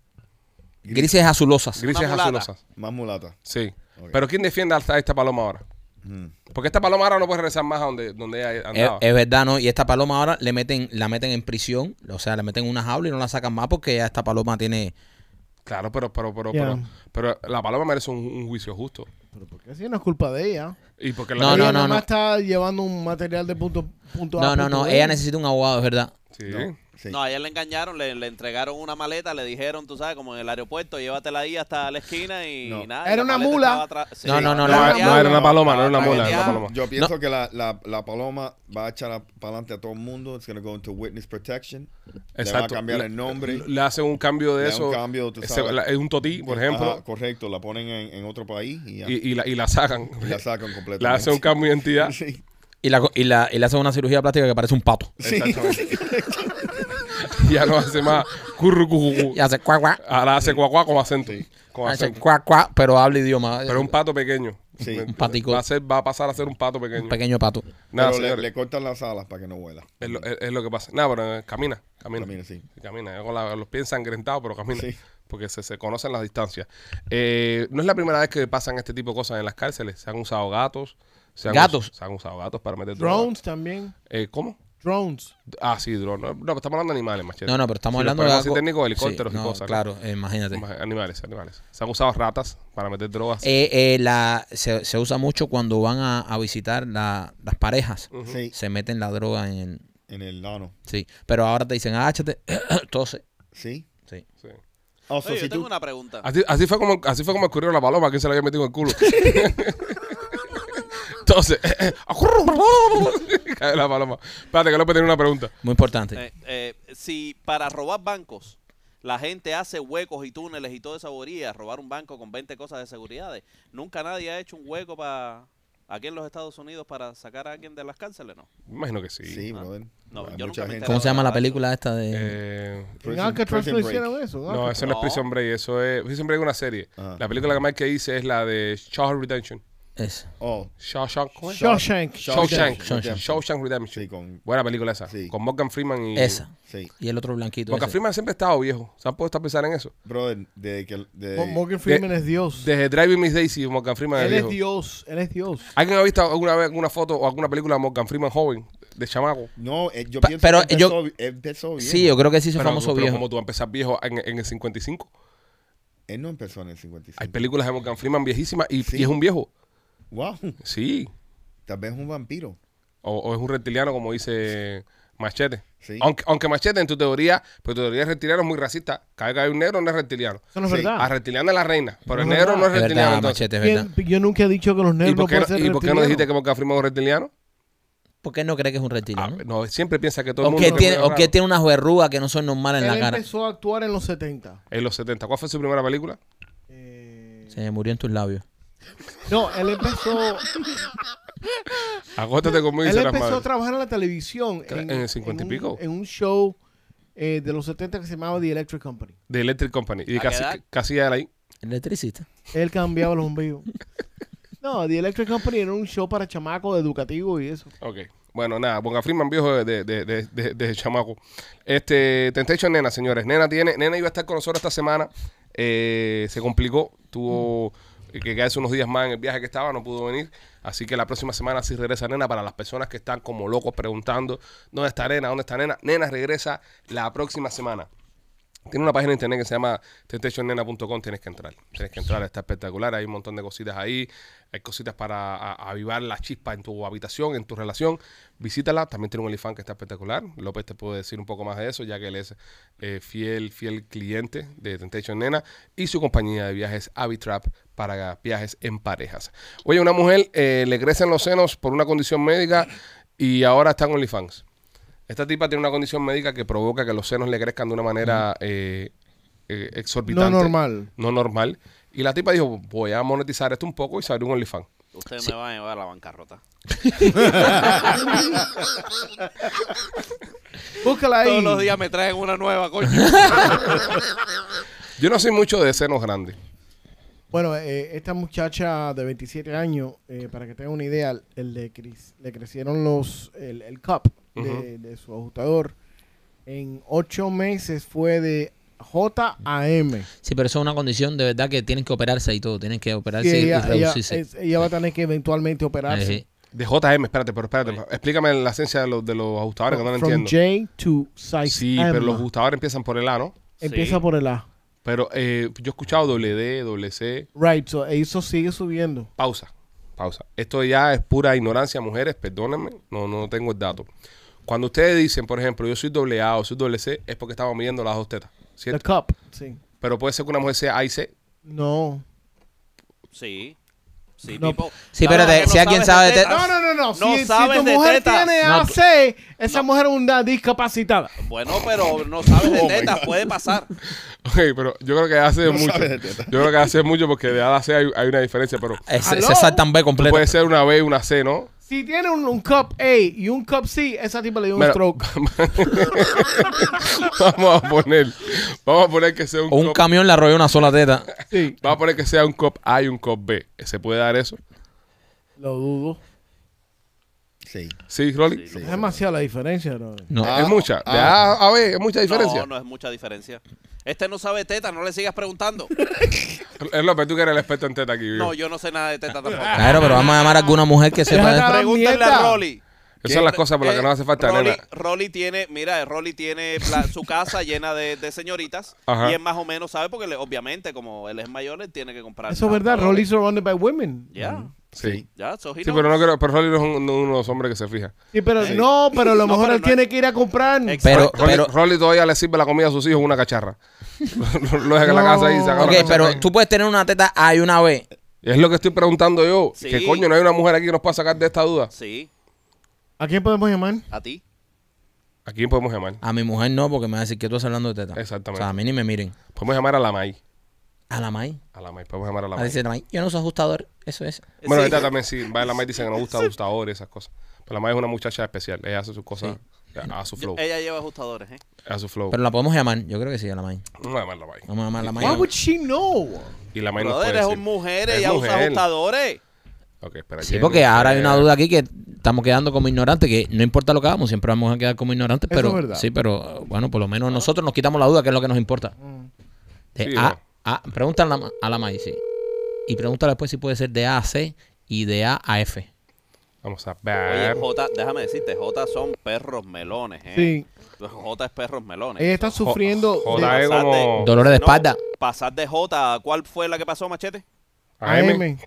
Grises azulosas.
Grises
mulata.
azulosas.
Más mulata.
Sí.
Ok.
Pero ¿quién defiende a esta paloma ahora?
Ujú.
Porque esta paloma ahora no puede regresar más a donde, donde ella
Es,
andaba.
es verdad, ¿no? Y esta paloma ahora le meten, la meten en prisión, o sea, la meten en una jaula y no la sacan más porque ya esta paloma tiene.
Claro, pero, pero, pero,
Ya.
pero, pero la paloma merece un, un juicio justo.
Pero porque si no es culpa de ella.
Y porque
No,
la
ella
no,
nada
no.
más está llevando un material de punto, punto
No,
A.
no,
punto
no.
B.
Ella necesita un abogado, es verdad.
Sí.
Sí.
No, ayer le engañaron, le, le entregaron una maleta, le dijeron, tú sabes, como en el aeropuerto, llévatela ahí hasta la esquina y
No.
nada.
Era
la
una
maleta
mula.
estaba atrás- Sí,
No, no, no,
No,
la-
no, era una paloma, no era una mula, era
Estaba
una
paqueteada.
paloma.
Yo pienso que la, la, la paloma va a echar para adelante a todo el mundo. It's going to go into witness protection. Le va a
Exacto.
cambiar
Le-
el nombre.
Le hacen un cambio de
Le da
eso.
un cambio, tú
Ese-
sabes.
la- es un totí, por ejemplo,
Ajá, correcto, la ponen en, en otro país y, ya.
y, y la, y la sacan.
Y la sacan
Le
completamente.
hacen un cambio de identidad.
Sí.
Y, la, y, la, y le hacen una cirugía plástica que parece un pato.
Sí.
Exactamente. ya no hace más curru, curru, curru.
Y hace cuac, cuac.
Ahora hace cuacuá con acento. Con
Hace
acento.
cuac, cuac, pero habla idioma.
Pero un pato pequeño.
Sí.
Me-
Un
patico.
Va a, ser, va a pasar a ser un pato pequeño.
Un pequeño pato.
Nada,
Pero le,
señores.
le cortan las alas para que no vuela.
Es lo, es- es lo que pasa. Nada, pero eh, camina, camina.
Camina, sí.
Camina, yo con la- los pies ensangrentados, pero camina.
Sí.
Porque se, se conocen las distancias. Eh, no es la primera vez que pasan este tipo de cosas en las cárceles. Se han usado gatos, Se han
Gatos.
us- se han usado gatos para meter
Drones también.
Eh, ¿Cómo?
Drones.
Ah, sí, drones. No, no, estamos hablando de animales, machete.
No, no, pero estamos
Si lo
hablando de
ponemos así
algo-
técnico, helicópteros
Sí,
y
no,
cosas. ¿no?
Claro, eh, imagínate.
Animales, animales. Se han usado ratas para meter drogas.
Eh, eh, la, se, se usa mucho cuando van a, a visitar la- las parejas.
Sí.
Se meten la droga en el...
En el ano.
Sí, pero ahora te dicen, agáchate, tose.
Sí.
Sí.
Sí.
Also,
Oye,
si
yo tengo
tú-
una pregunta.
Así, así fue como así fue como ocurrió la paloma que se la había metido en el culo. Entonces, cae la paloma. Espérate que López tiene una pregunta.
Muy importante.
Eh, eh, si para robar bancos la gente hace huecos y túneles y toda esa bobería, robar un banco con 20 cosas de seguridades, nunca nadie ha hecho un hueco para aquí en los Estados Unidos para sacar a alguien de las cárceles, ¿no?
Me Imagino que sí.
Sí, brother.
Ah. No,
Hay
yo
mucha
nunca me
gente-
¿Cómo se llama la
Exacto.
película esta de...?
Eh,
En
Prison-
Alcatraz
Prison
no
Break.
hicieron eso.
no, eso no es
No.
Prison Break. Eso es. Prison Break es una serie.
Ah.
La película que más que hice es la de Shawshank Redemption.
Es-
Oh,
Shawshank. ¿cómo es?
Shawshank.
Shawshank.
Shawshank.
Shawshank Redemption.
Sí, con-
Buena película esa.
Sí.
Con Morgan Freeman y.
Esa.
sí.
Y el otro blanquito.
Morgan
ese.
Freeman siempre ha estado viejo. ¿Se han puesto a pensar en eso?
Brother, desde que. de-
Mo- Morgan Freeman
de-
es Dios.
Desde Driving Miss Daisy, Morgan Freeman es
él es
viejo.
Dios. Él es Dios.
¿Alguien ha visto alguna vez alguna foto o alguna película de Morgan Freeman joven, de chamaco?
No, eh, yo
Pa-
pienso
pero
que
yo-
empezó, empezó bien.
Sí, yo creo que sí es
Pero-
famoso
pero
viejo.
como tú vas a empezar viejo en, en el 55,
Él no empezó en el
hay
55.
películas de Morgan Freeman viejísimas y,
Sí.
y es un viejo.
Wow.
Sí.
Tal vez un vampiro.
O, o es un reptiliano, como dice Machete.
Sí.
Aunque, aunque Machete, en tu teoría, pues tu teoría de reptiliano es muy racista. Cada que hay un negro no es reptiliano.
Eso no es
Sí.
A
verdad.
reptiliano es la reina, pero el
No Ah. es
negro no
Es
es reptiliano.
verdad,
entonces.
machete, es verdad.
¿Quién- Yo nunca he dicho que los
¿Y
negros
por, qué
pueden
no,
ser
¿Y por qué no dijiste
reptilianos.
que Morgan Freeman es un reptiliano?
¿Por qué no cree que es un
Ah,
reptiliano?
no, siempre piensa que todo el
¿O
mundo...
que
es
tiene,
medio
o que
raro.
tiene unas verrugas que no son normales en la
Él
cara?
empezó a actuar en los 70.
En los 70. ¿Cuál fue su primera película?
Eh,
Se me murió en tus labios.
No, él empezó,
Agótate conmigo y
él
serás
empezó
madre.
a trabajar en la televisión.
Cla- en el 50 y
un-
pico.
En un show eh, de los 70 que se llamaba The Electric Company.
De Electric Company. Y
¿A qué
casi,
edad?
casi era ahí.
Electricista.
Él cambiaba los bombillos. No, The Electric Company era un show para chamacos educativo y eso.
Ok. Bueno, nada, Bonga Freeman viejo de, de, de, de- de chamaco. Este, Temptation Nena, señores. Nena tiene, Nena iba a estar con nosotros esta semana. Eh, se complicó. Tuvo que quedarse unos días más en el viaje que estaba, no pudo venir. Así que la próxima semana sí regresa Nena para las personas que están como locos preguntando ¿Dónde está Nena? ¿Dónde está Nena? Nena regresa la próxima semana. Tiene una página de internet que se llama tentationnena.com, tienes que entrar. Tienes que entrar, está espectacular, hay un montón de cositas ahí, hay cositas para a- avivar la chispa en tu habitación, en tu relación. Visítala, también tiene un OnlyFans que está espectacular. López te puede decir un poco más de eso, ya que él es eh, fiel, fiel cliente de Temptation Nena y su compañía de viajes Avitrap para viajes en parejas. Oye, una mujer eh, le crecen los senos por una condición médica y ahora está en OnlyFans. Esta tipa tiene una condición médica que provoca que los senos le crezcan de una manera eh, eh, exorbitante.
No normal.
No normal. Y la tipa dijo, voy a monetizar esto un poco y se abrió un OnlyFans.
Usted me va a llevar a la bancarrota.
Búscala ahí.
Todos los días me traen una nueva, coño.
Yo no soy mucho de senos grandes.
Bueno, eh, esta muchacha de 27 años, eh, para que tengan una idea, el le, cre- le crecieron los el, el cup de,
Ujú.
de su ajustador. En ocho meses fue de J a M.
Sí, pero eso es una condición de verdad que tienen que operarse y todo. Tienen que
Y
operarse Ah, y,
ella, ella-
reducirse.
es- ella va a tener que eventualmente operarse.
Ajá.
De JM, espérate, pero espérate. Explícame la esencia de los, de los ajustadores que no la
From
entiendo.
J to size
Sí,
M.
pero los ajustadores empiezan por el A, ¿no?
Empieza
Sí.
por el A.
Pero eh, yo he escuchado WD, WC,
Right, so e eso sigue subiendo.
pausa, pausa. Esto ya es pura ignorancia, mujeres, perdónenme, no, no tengo el dato. Cuando ustedes dicen, por ejemplo, yo soy doble A o soy doble C, es porque estamos midiendo las dos tetas,
The
¿cierto?
cup, sí.
Pero puede ser que una mujer sea A y C.
No.
Sí. Sí,
No.
tipo.
Sí,
¿sabes
espérate,
que no
si alguien
sabes
sabe de
tetas?
No, no, no, no.
No
si, si
sabes
tu
de
mujer
tetas.
tiene
No, tú-
AC, esa mujer es una discapacitada.
Bueno, pero no sabes de tetas, puede pasar.
Ok, pero yo creo que hace
No
mucho.
sabes de teta.
Yo creo que hace mucho porque de A a C hay, hay una diferencia, pero
Es-
¿Aló?
se saltan B completo.
puede ser una B y una C, ¿no?
Si tiene un, un cup A y un cup C, esa tipa le dio un
Mira,
stroke.
vamos a poner, vamos a poner que sea un,
o un
cop-
camión le arrolló una sola teta.
Sí.
vamos a poner que sea un cop A y un cop B. ¿Se puede dar eso?
Lo dudo.
Sí.
Sí, Rolly.
Sí.
Es demasiado la diferencia, bro.
No.
Ah,
Es mucha. De
ah.
A a B, es mucha diferencia.
No, no es mucha diferencia. Este no sabe teta, no le sigas preguntando.
Es López, tú que eres el experto en teta aquí.
No,
vivo.
yo no sé nada de
Ah,
teta tampoco.
Claro, pero vamos a llamar a alguna mujer que sepa de esto.
Déjala
Pregúntale a
mierda.
Rolly. Eh,
Esas son las cosas por las que no hace falta,
Rolly,
nena.
Rolly tiene, mira, Rolly tiene pla- su casa llena de, de señoritas
Ajá.
y él más o menos sabe porque le- obviamente como él es mayor, él tiene que comprar.
Eso es verdad. Rolly's surrounded by women.
Ya,
Sí.
ya, so
Sí,
he knows.
pero no creo, pero Rolly no es un- no es uno de los hombres que se fija.
Sí, pero no, pero a lo
No,
mejor
pero
él
no
tiene que ir a comprar.
Exacto.
Pero,
Rolly,
pero,
Rolly todavía le sirve la comida a sus hijos en una cacharra. lo, lo deja en la
No.
casa y se acaba
ok,
la cacharra
pero
ahí.
tú puedes tener una teta hay una vez.
Es lo que estoy preguntando yo.
Sí.
Que coño, no hay una mujer aquí que nos pueda sacar de esta duda.
Sí,
¿A quién podemos llamar?
a ti.
¿A quién podemos llamar?
A mi mujer no, porque me va a decir que tú estás hablando de teta.
Exactamente.
O sea, a mí ni me miren.
Podemos llamar a la May.
A la May.
A la May, podemos llamar a la
A
May.
decir, May, yo no soy ajustador. Eso es.
Bueno,
Sí.
ahorita también sí. va, La May dice que no gusta ajustadores, esas cosas. Pero la May es una muchacha especial. Ella hace sus cosas a, a su
Yo-
flow.
ella lleva ajustadores, ¿eh?
A su flow.
Pero la podemos llamar. Yo creo que sí, a la May.
Vamos a llamar a la May.
Vamos a llamar a la May.
Why would she know?
Y la May nos
Brother,
puede
es
decir.
un mujer,
Es
ella usa
mujer.
ajustadores.
Ok, espera.
Sí,
Pues que-
porque ahora hay una
eh,
duda aquí que estamos quedando como ignorantes, que no importa lo que hagamos, siempre vamos a quedar como ignorantes,
Eso
pero
es verdad.
sí, pero eh, bueno, por lo menos nosotros nos quitamos la duda, que es lo que nos importa. De
Mm. Sí,
A,
no.
a pregunta a la, a la May, sí. Y pregúntale después si puede ser de A a C y de A a F.
Vamos a
Oye,
ver.
J, déjame decirte, J son perros melones, ¿eh?
Sí.
J es perros melones.
Ella está sufriendo.
Jo-
de-
Joda es como.
Dolores de
No,
espalda.
pasar de J, ¿cuál fue la que pasó, Machete?
AM.
AM.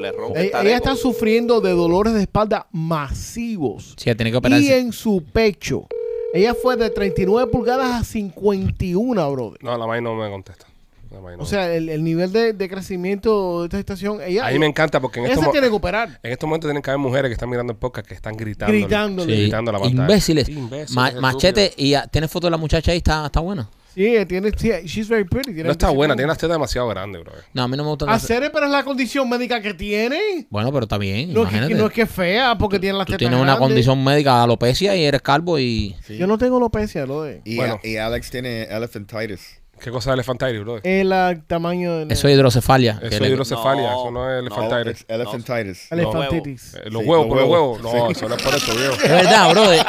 Le rompe el
Ella, ella
talego.
está sufriendo de dolores de espalda masivos
Sí, tiene que
y
operarse.
en su pecho. Ella fue de 39 pulgadas a 51, brother.
No, la May no me contesta. La May no.
O sea, el, el nivel de, de crecimiento de esta estación, ella,
a mí me encanta porque en
ella
estos,
se
mo-
tiene que operar.
en estos momentos tienen que haber mujeres que están mirando el podcast que están gritando.
Gritándole.
Sí.
Gritando a la pantalla.
Imbéciles.
Imbéciles,
Ma-
estúpido.
machete, y ah, tiene foto de la muchacha ahí, está, está buena.
Sí, ella tiene, sí, she's very pretty. tiene
No está buena,
25.
tiene las tetas demasiado grandes, bro.
No, a mí no me gusta.
Ah, Cere, pero es la condición médica que tiene.
Bueno, pero está bien.
No es,
imagínate.
que, no es que es fea, porque tiene las
Tú
tetas
tienes una
grandes.
condición médica, alopecia, y eres calvo y.
Yo no tengo alopecia, lo de.
Y,
Bueno.
y Alex tiene elephantitis.
¿Qué cosa es elefantaire, bro?
El ah, tamaño de
Eso es hidrocefalia. que
Eso
le-
es hidrocefalia,
No,
eso no es elefantaire.
It's Oh, elephantitis.
elefantitis.
Eh, los
Sí,
huevos,
los
por los
huevos.
huevos. No, eso no es por eso, viejo.
Es verdad, bro. eh,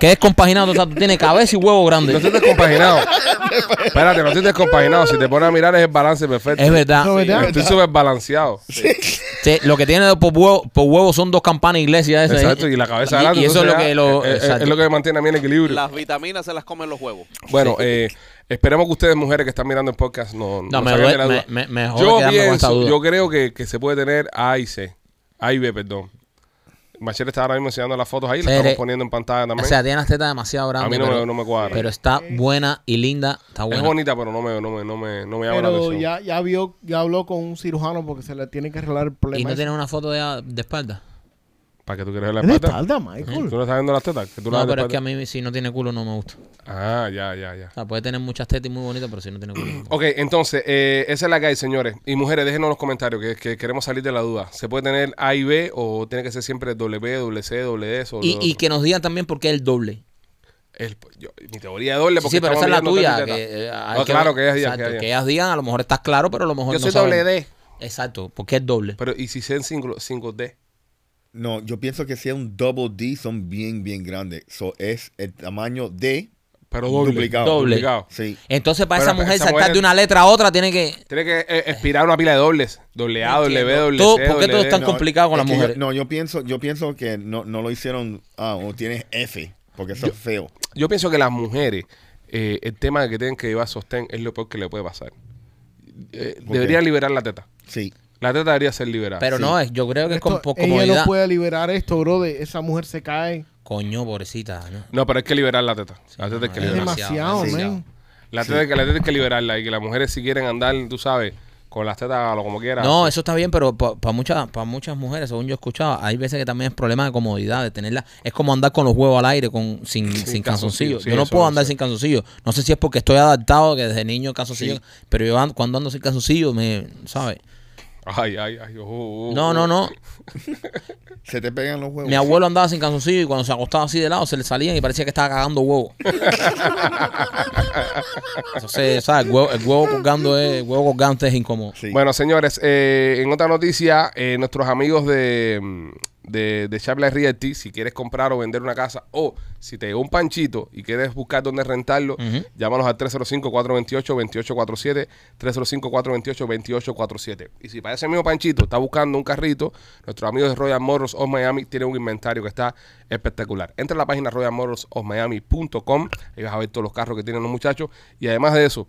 Que es compaginado. O sea, tú tienes cabeza y huevo grande.
No estoy descompaginado. Espérate, no estoy descompaginado. Si te pones a mirar es el balance perfecto.
Es verdad.
Eso es verdad.
Estoy súper balanceado.
Sí, lo que tiene por huevo, por huevo son dos campanas iglesias. esas,
Exacto,
¿eh?
y la cabeza
Y-
grande.
Y eso es lo
entonces,
que lo.
eh, eh,
exacto.
es lo que me mantiene a mí en equilibrio.
Las vitaminas se las comen los huevos.
Bueno, eh, esperemos que ustedes, mujeres que están mirando el podcast, no, no,
me
saquen de
duele-
la duda.
me- me- me jode
yo
quedarme con esta
pienso,
duda.
yo creo que, que se puede tener A y C. A y B, perdón. Machete está ahora mismo enseñando las fotos ahí, las
Cere.
estamos poniendo en pantalla
O
también.
sea, tiene las tetas demasiado
a
grandes.
mí no,
pero,
me, no me cuadra.
pero está buena y linda. Está
es
buena.
bonita, pero no me, no me, no me, no me llama la
Pero
atención.
ya, ya vio, ya habló con un cirujano porque se le tiene que arreglar el
Y
problema.
no
ese.
tiene una foto de, de espalda.
¿Para que tú quieres ver la
Es de
espalda?
espalda,
¿Tú
Michael.
no estás viendo las tetas? ¿Que tú
No,
las ves
pero
de
es que a
espalda?
mí si no tiene culo no me gusta.
Ah, ya, ya, ya.
O sea, puede tener muchas tetas y muy bonita, pero si no tiene culo. no.
Ok, entonces, eh, esa es la que hay, señores. Y mujeres, déjenos en los comentarios que, que queremos salir de la duda. ¿Se puede tener A y B o tiene que ser siempre W, doble C, doble S? O
Y,
lo
y
otro?
que nos digan también por qué el doble.
El- yo- mi teoría es doble
Sí,
porque
sí, pero esa
estamos
es la tuya.
viendo teta y
que,
teta.
eh, hay
No, claro, que
ver-
ellas digan,
exacto,
que ellas
que
digan.
ellas digan, a lo mejor estás claro, pero a lo mejor
Yo
no
soy
saben.
doble D.
Exacto, porque es doble.
Pero ¿y si es 5D?
No, yo pienso que si es un double D son bien, bien grandes. So es el tamaño de.
Pero doble.
Duplicado.
Doble.
Duplicado.
Sí.
Entonces, para
Bueno, pues,
esa mujer
esa
saltar
mujer-
de una letra a otra, tiene que.
Tiene que eh, expirar una pila de dobles. Doble A, doble B, doble
Todo-
C,
¿por qué
doble
todo
D?
es tan
No,
complicado con
es
las
que yo-
mujeres.
no, yo pienso, yo pienso que no, no lo hicieron. Ah, o tienes F, porque eso es feo.
Yo pienso que las mujeres, eh, el tema que tienen que llevar sostén es lo peor que le puede pasar. Eh,
¿Por
deberían
qué?
liberar la teta.
Sí
La teta debería ser liberada.
Pero no, es- yo creo que es con
Esto-
por
ella
comodidad.
no puede liberar esto, bro. de- esa mujer se cae.
Coño, pobrecita. ¿no?
No, pero hay que liberar la teta. La teta hay que
no, Liberar.
Es
liberarla.
demasiado,
Demasiado.
man.
La teta, hay que- la teta hay que liberarla. Y que las mujeres si quieren andar, tú sabes, con las tetas a lo como quieran.
No, eso está bien, pero para muchas para muchas mujeres, según yo he escuchado, hay veces que también es problema de comodidad, de tenerla. Es como andar con los huevos al aire con sin, sin
calzoncillo,
calzoncillo.
sí,
yo no
eso
puedo
no
andar
sé.
sin calzoncillo. No sé si es porque estoy adaptado, que desde niño calzoncillo.
Sí.
Pero yo ando- cuando ando sin calzoncillo, me. ¿Sabes?
Ay, ay, ay. oh, oh,
No,
oh.
no, no.
Se te pegan los
uh.
huevos.
Mi abuelo andaba sin calzoncillo y cuando se acostaba así de lado se le salían y parecía que estaba cagando huevo. Entonces, ¿sabes? El huevo, el huevo colgando es, el huevo colgante es incómodo.
Sí.
Bueno, señores, eh, en otra noticia, eh, nuestros amigos de, mm, de, de Chapla Realty, si quieres comprar o vender una casa, o si te llegó un panchito y quieres buscar dónde rentarlo, llámanos al 305-428-2847, 305-428-2847. Y si para ese mismo panchito está buscando un carrito, nuestros amigos de Royal Motors of Miami tienen un inventario que está espectacular. Entra a la página royalmotorsofmiami.com y vas a ver todos los carros que tienen los muchachos. Y además de eso,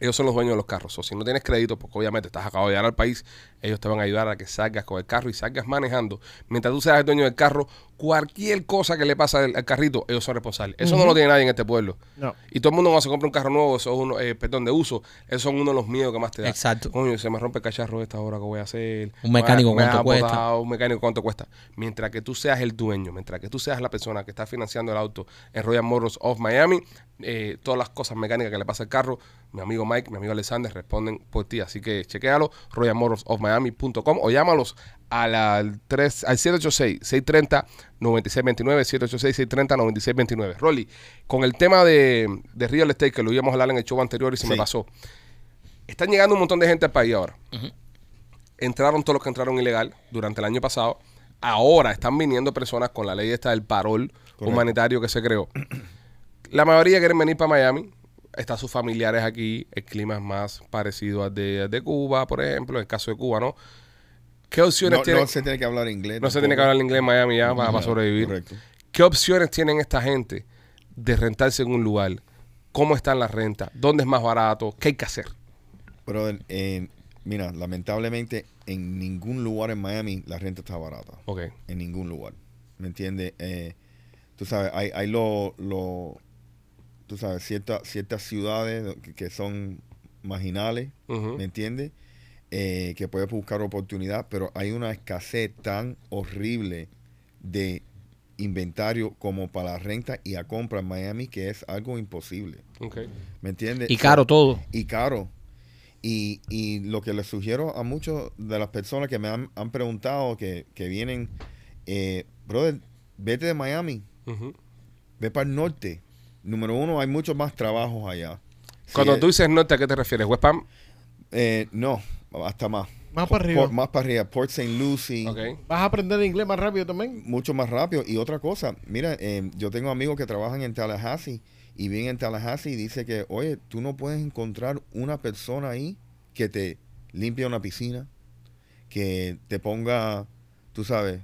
ellos son los dueños de los carros. O si no tienes crédito, porque obviamente estás acabado de llegar al país, ellos te van a ayudar a que salgas con el carro y salgas manejando. Mientras tú seas el dueño del carro, cualquier cosa que le pasa al, al carrito, ellos son responsables. Eso no lo tiene nadie en este pueblo.
No.
Y todo el mundo cuando se compra un carro nuevo, eso es uno, eh, perdón, de uso, esos son uno de los miedos que más te da.
Exacto.
Coño, se me rompe el cacharro de esta hora que voy a hacer.
Un mecánico,
Me ha- me ha
¿cuánto cuesta?
botado, un mecánico, ¿cuánto cuesta? Mientras que tú seas el dueño, mientras que tú seas la persona que está financiando el auto en Royal Motors of Miami, eh, todas las cosas mecánicas que le pasa al carro, mi amigo Mike, mi amigo Alexander responden por ti. Así que chequéalo, royalmotorsofmiami.com o llámalos a la- al, 3, al 786-630-9629, 786-630-9629. Rolly, con el tema de, de real estate que lo íbamos a hablar en el show anterior y se me
Sí.
pasó. Están llegando un montón de gente al país ahora. Entraron todos los que entraron ilegal durante el año pasado. Ahora están viniendo personas con la ley esta del parol humanitario que se creó. La mayoría quieren venir para Miami. Están sus familiares aquí. El clima es más parecido al de, al de Cuba, por ejemplo. En el caso de Cuba, ¿no? ¿Qué opciones
No,
tienen?
no se tiene que hablar inglés.
No se tiene que hablar inglés en Miami ya para, para sobrevivir.
correcto.
¿Qué opciones tienen esta gente de rentarse en un lugar? ¿Cómo están las rentas? ¿Dónde es más barato? ¿Qué hay que hacer?
Pero, mira, lamentablemente en ningún lugar en Miami la renta está barata.
Ok.
en ningún lugar. ¿Me entiendes? Eh, tú sabes, hay, hay lo, lo- tú sabes, ciertas ciertas ciudades que, que son marginales,
Ujú.
¿me entiendes? Eh, que puedes buscar oportunidad, pero hay una escasez tan horrible de inventario como para la renta y a compra en Miami que es algo imposible.
Ok.
¿Me entiendes?
Y caro todo.
y caro. Y, y lo que les sugiero a muchas de las personas que me han, han preguntado, que, que vienen, eh, brother, vete de Miami,
Ujú.
ve para el norte. Número uno, hay muchos más trabajos allá. Si
Cuando
es-
tú dices norte, ¿a qué te refieres? ¿West Palm?
eh, no, hasta más.
Más para arriba.
Por- más para arriba, Port St. Lucie,
Ok.
¿Vas a aprender inglés más rápido también?
mucho más rápido. Y otra cosa, mira, eh, yo tengo amigos que trabajan en Tallahassee y vienen en Tallahassee y dice que, oye, tú no puedes encontrar una persona ahí que te limpie una piscina, que te ponga, tú sabes,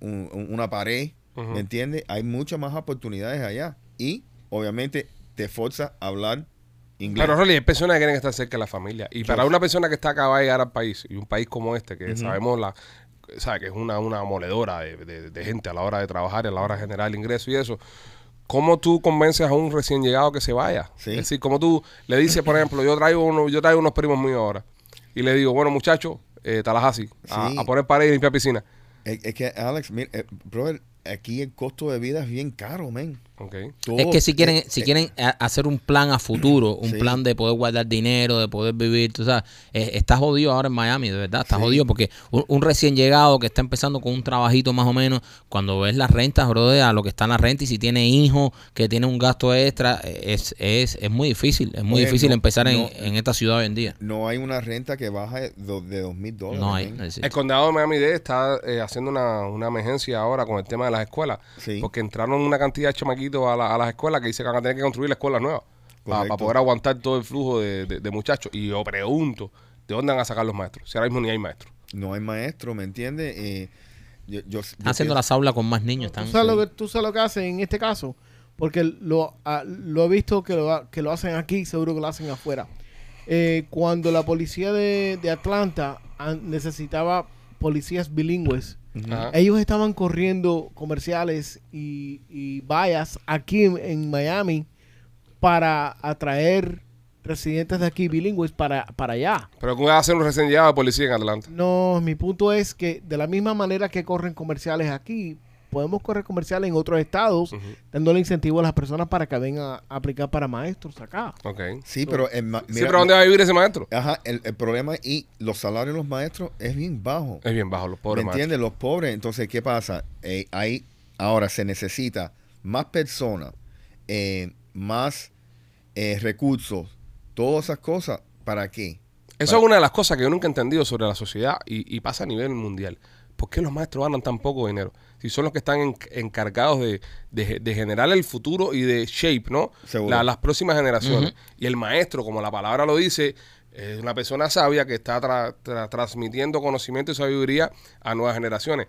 un- un- una pared,
Ujú.
¿me entiendes? Hay muchas más oportunidades allá y obviamente te forza a hablar inglés.
Pero Rolly, hay personas que quieren estar cerca de la familia. Y para una persona que está acabada de llegar al país, y un país como este, que sabemos la sabe que es una, una moledora de, de- de gente a la hora de trabajar, y a la hora de generar ingresos y eso, ¿cómo tú convences a un recién llegado que se vaya?
Sí.
Es decir, ¿cómo tú le dices, por ejemplo, yo traigo, uno, yo traigo unos primos míos ahora, y le digo, bueno, muchachos, eh, Tallahassee, a,
Sí.
a poner pared y limpiar piscina.
es, es que, Alex, mira, eh, brother, aquí el costo de vida es bien caro, men.
Ok.
Todo-
Es que si quieren,
eh,
si
eh,
quieren a- hacer un plan a futuro, un
Sí.
plan de poder guardar dinero, de poder vivir, tú sabes, eh, está jodido ahora en Miami, de verdad, está jodido porque un, un recién llegado que está empezando con un trabajito más o menos, cuando ves las rentas, brother, a lo que están las rentas y si tiene hijos, que tiene un gasto extra, eh, es, es, es muy difícil, es muy
Oye,
difícil
no,
empezar en,
no.
en esta ciudad hoy en día.
No hay una renta que baja de do- de dos mil dólares.
No hay.
men.
es-
El condado de Miami-Dade está eh, haciendo una, una emergencia ahora con el tema de las escuelas.
Sí.
Porque entraron una cantidad de chamaquitos a, la- a las escuelas que dice que van a tener que construir la escuela nueva para
Correcto.
poder aguantar todo el flujo de, de- de muchachos. Y yo pregunto, ¿de dónde van a sacar los maestros? Si ahora mismo ni hay maestros.
No hay maestro, ¿me entiendes? Eh, yo, yo- yo
Están haciendo
pienso-
las aulas con más niños. Están,
¿Tú sabes, lo que, tú sabes lo que hacen en este caso? Porque lo, a- lo he visto que lo, ha- que lo hacen aquí, seguro que lo hacen afuera. Eh, cuando la policía de, de Atlanta an- necesitaba policías bilingües,
Ajá.
ellos estaban corriendo comerciales y, y vallas aquí en, en Miami para atraer residentes de aquí bilingües para, para allá.
Pero ¿cómo va a hacer un recién llegado de policía en Atlanta?
No, mi punto es que de la misma manera que corren comerciales aquí, podemos correr comerciales en otros estados, dándole incentivo a las personas para que vengan a aplicar para maestros acá.
Ok.
Sí, pero, el ma-
Sí,
mira,
pero ¿dónde va a vivir ese maestro?
Ajá, el, el problema y los salarios de los maestros es bien bajo.
Es bien bajo, los
¿Me
pobres maestros.
entiendes? Los pobres. Entonces, ¿qué pasa? Eh, ahí ahora se necesita más personas, eh, más eh, recursos, todas esas cosas. ¿Para qué?
Eso es una de las cosas que yo nunca he entendido sobre la sociedad y, y pasa a nivel mundial. ¿Por qué los maestros ganan tan poco dinero? Si son los que están en- encargados de, de- de generar el futuro y de shape, ¿no?
Seguro.
La- las próximas generaciones. Y el maestro, como la palabra lo dice, es una persona sabia que está tra- tra- transmitiendo conocimiento y sabiduría a nuevas generaciones.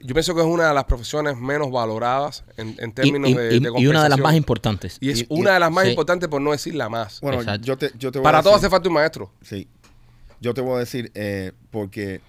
Yo pienso que es una de las profesiones menos valoradas en, en
Y,
términos
y-
de,
y-
de
y una de las
compensación.
más importantes.
Y es
Y-
una de las más
sí.
importantes, por no decir la más.
Bueno,
Exacto.
yo te, yo te voy a
Para todo
decir-
hace falta un maestro.
Sí. Yo te voy a decir, eh, porque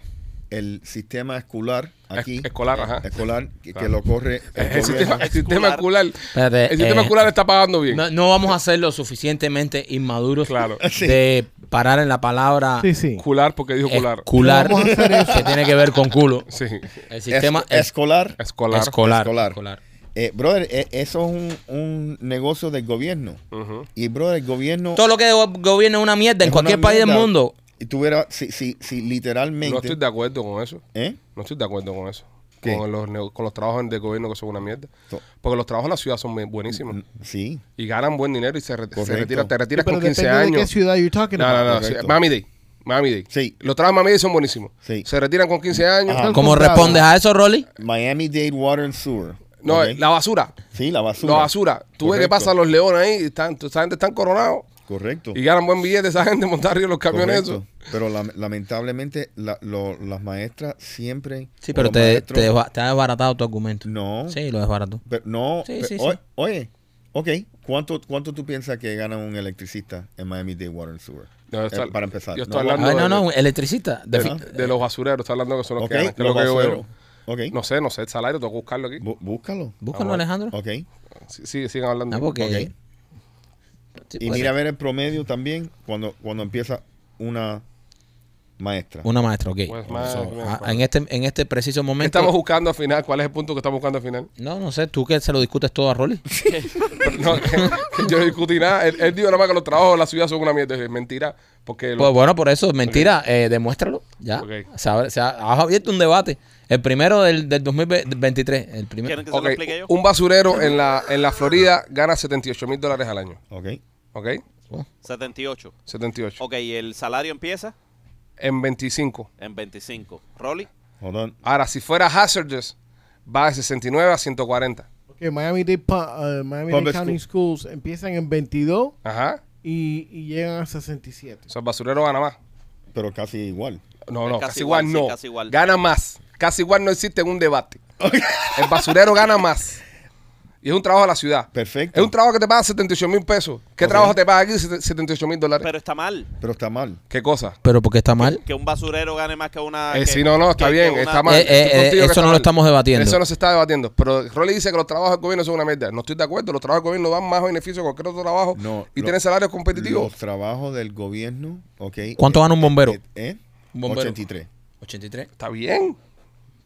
el sistema escolar aquí.
Es- escolar, ajá.
escolar, que, que
Claro.
lo corre.
El,
gobierno.
sistema, el sistema
Escolar.
escolar.
Espérate,
el sistema
eh,
escolar está pagando bien.
No, no vamos a ser lo suficientemente inmaduros
Claro.
de parar en la palabra
Sí, sí.
Cular porque dijo cular.
escolar,
No vamos a hacer eso.
que tiene que ver con culo.
Sí.
El sistema
Es-
es,
escolar.
Escolar.
escolar,
escolar.
escolar.
Eh, brother, eh, eso es un, un negocio del gobierno.
Ujú.
Y, brother, el gobierno.
Todo lo que go- gobierna es una mierda en
es
cualquier
una
país del
mierda.
mundo.
Y tú verás, si, si, si literalmente.
No estoy de acuerdo con eso.
¿Eh?
No estoy de acuerdo con eso.
¿Qué?
Con los, nego- con los trabajos del gobierno que son una mierda.
To-
Porque los trabajos en la ciudad son bien- buenísimos.
Sí.
Y ganan buen dinero y se, re- se
Correcto.
retira- te
Sí,
retiras
pero
con 15
depende de qué
años.
ciudad you're talking
no, no,
about.
no.
Correcto.
sí, Miami Day. Miami Day.
Sí.
Los trabajos en Miami Day son buenísimos.
Sí.
Se retiran con 15 años.
Ajá.
¿Cómo
comprado.
respondes a eso, Rolly?
Miami Dade Water and Sewer.
No,
¿ok?
la basura.
Sí, la basura.
La basura. Tú ves que
Correcto.
pasan los leones ahí. y Están, esa gente están coronados.
Correcto.
Y ganan buen billete esa gente montar arriba los camiones.
Correcto.
esos.
Pero lam- lamentablemente la- lo- las maestras siempre...
Sí,
o
pero
los
te,
maestros-
te desba- te ha desbaratado tu argumento.
No.
Sí, lo desbarató.
pero no.
Sí,
pero-
sí, sí.
oye, oye, ok. ¿Cuánto, ¿Cuánto tú piensas que gana un electricista en Miami Dade Water and Sewer?
No, yo
Eh,
estoy-
para empezar.
yo estoy
No,
hablando
Ay,
de-
no, no, electricista. De
De,
fi-
de los basureros. Está hablando que son los
Ok,
que ganan. que es
los
lo que yo veo.
basureros. Ok.
No sé, no sé el salario. Tengo que buscarlo aquí.
Bú- búscalo.
Búscalo,
Ah, bueno.
Alejandro.
Ok.
Sí, sí, sigan hablando.
Ah, porque-
ok.
Sí,
Y
puede
mira a
ser.
ver el promedio también cuando, cuando empieza una maestra.
Una maestra, ok.
Pues, madre
So,
mía,
ah,
madre.
en, este, en este preciso
¿Qué
momento.
estamos buscando al final? ¿Cuál es el punto que estamos buscando al final?
No, no sé, tú que se lo discutes todo a Rolly.
Pero no, yo no discutí nada. Él, él dijo nada más que los trabajos de la ciudad son una mierda. Es mentira. Porque
Pues
lo-
bueno, por eso, mentira, eh, demuéstralo. Ya.
Ok.
Se ha, se ha- has abierto un debate. El primero del, del 2023. El primero.
¿Quieren que se
Ok,
lo explique yo?
un basurero en la, en la Florida gana 78 mil dólares al año.
Ok.
¿Ok?
78.
78.
Ok, y el salario empieza
En 25.
en 25. Rolly,
Hold on.
Ahora, si fuera Hazardous, va de 69 a 140.
Ok, Miami Dade, pa- eh, Miami Dade
Public
County Schools empiezan en 22
Ajá.
y, y llegan a 67.
O sea, el basurero gana más.
Pero casi igual.
No,
Es
no,
casi
casi igual,
igual, sí,
no.
casi igual.
Gana más. Casi igual no existe en un debate. El basurero gana más. Y es un trabajo a la ciudad.
Perfecto.
Es un trabajo que te paga 78 mil pesos. ¿Qué trabajo te paga aquí 78 mil dólares?
pero está mal
Pero está mal.
¿Qué cosa?
Pero porque está mal.
que un basurero gane más que
Eh,
una... Ah, que-
sí, no, no, está
que- que
bien,
una-
está mal.
Eh, eh,
Estoy
eh,
contigo que
eso
está
no lo
mal.
estamos debatiendo.
Eso no se está debatiendo. Pero Rolly dice que los trabajos del gobierno son una mierda. No estoy de acuerdo. Los trabajos del gobierno dan más beneficio que cualquier otro trabajo
No,
y
lo-
tienen salarios
Los
competitivos.
trabajos del gobierno, ok.
¿Cuánto gana un bombero?
Eh, eh,
Un bombero.
83.
83.
Está bien.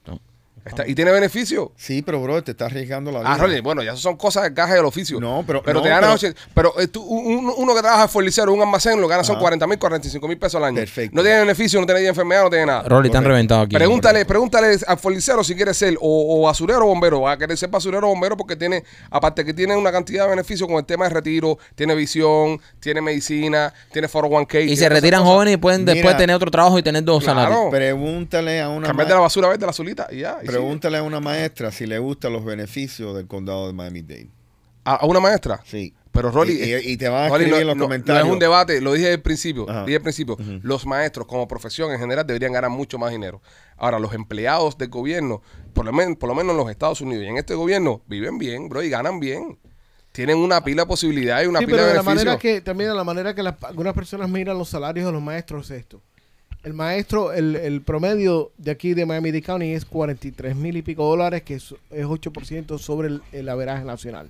No.
Está- y tiene beneficio.
Sí, pero bro, te está arriesgando la vida.
Ah, Rolly, bueno, ya eso son cosas de caja del oficio.
No, pero-
Pero
no,
te ganas
pero-
80. Pero eh, tú, un- un- uno que trabaja en forlicero, un almacén, lo gana son
Ajá.
40 mil, 45 mil pesos al año.
Ah. Perfecto.
No tiene beneficio, no tiene enfermedad, no tiene nada.
Rolly, están
Correcto.
reventados aquí.
Pregúntale, pregúntale al forlicero si quiere ser o, o basurero o bombero. Va a querer ser basurero o bombero porque tiene, aparte que tiene una cantidad de beneficios con el tema de retiro, tiene visión, tiene medicina, tiene 401k.
Y
tiene
se
todas
retiran
esas cosas.
jóvenes y pueden
Mira.
después tener otro trabajo y tener dos
Claro.
salarios.
Pregúntale a una
Cambiar de la
ma-
basura verde a la azulita y ya. y
pregúntale a una maestra si le gustan los beneficios del condado de Miami-Dade.
sigue. a, a una maestra.
Sí.
Pero Rolly, eh,
y, y- y te van a
Rolly,
escribir
no-
en los
no-
comentarios.
No es un debate, lo dije al principio.
Ajá.
Dije al principio, los maestros como profesión en general deberían ganar mucho más dinero. Ahora, los empleados del gobierno, por lo, men- por lo menos en los Estados Unidos y en este gobierno, viven bien, bro, y ganan bien. Tienen una pila de posibilidades y una
sí,
pila
pero
de
de la
beneficios.
manera que también de la manera que las- algunas personas miran los salarios de los maestros es esto. El maestro, el, el promedio de aquí de Miami-Dade County es 43 mil y pico dólares, que es, es 8% sobre el, el averaje nacional.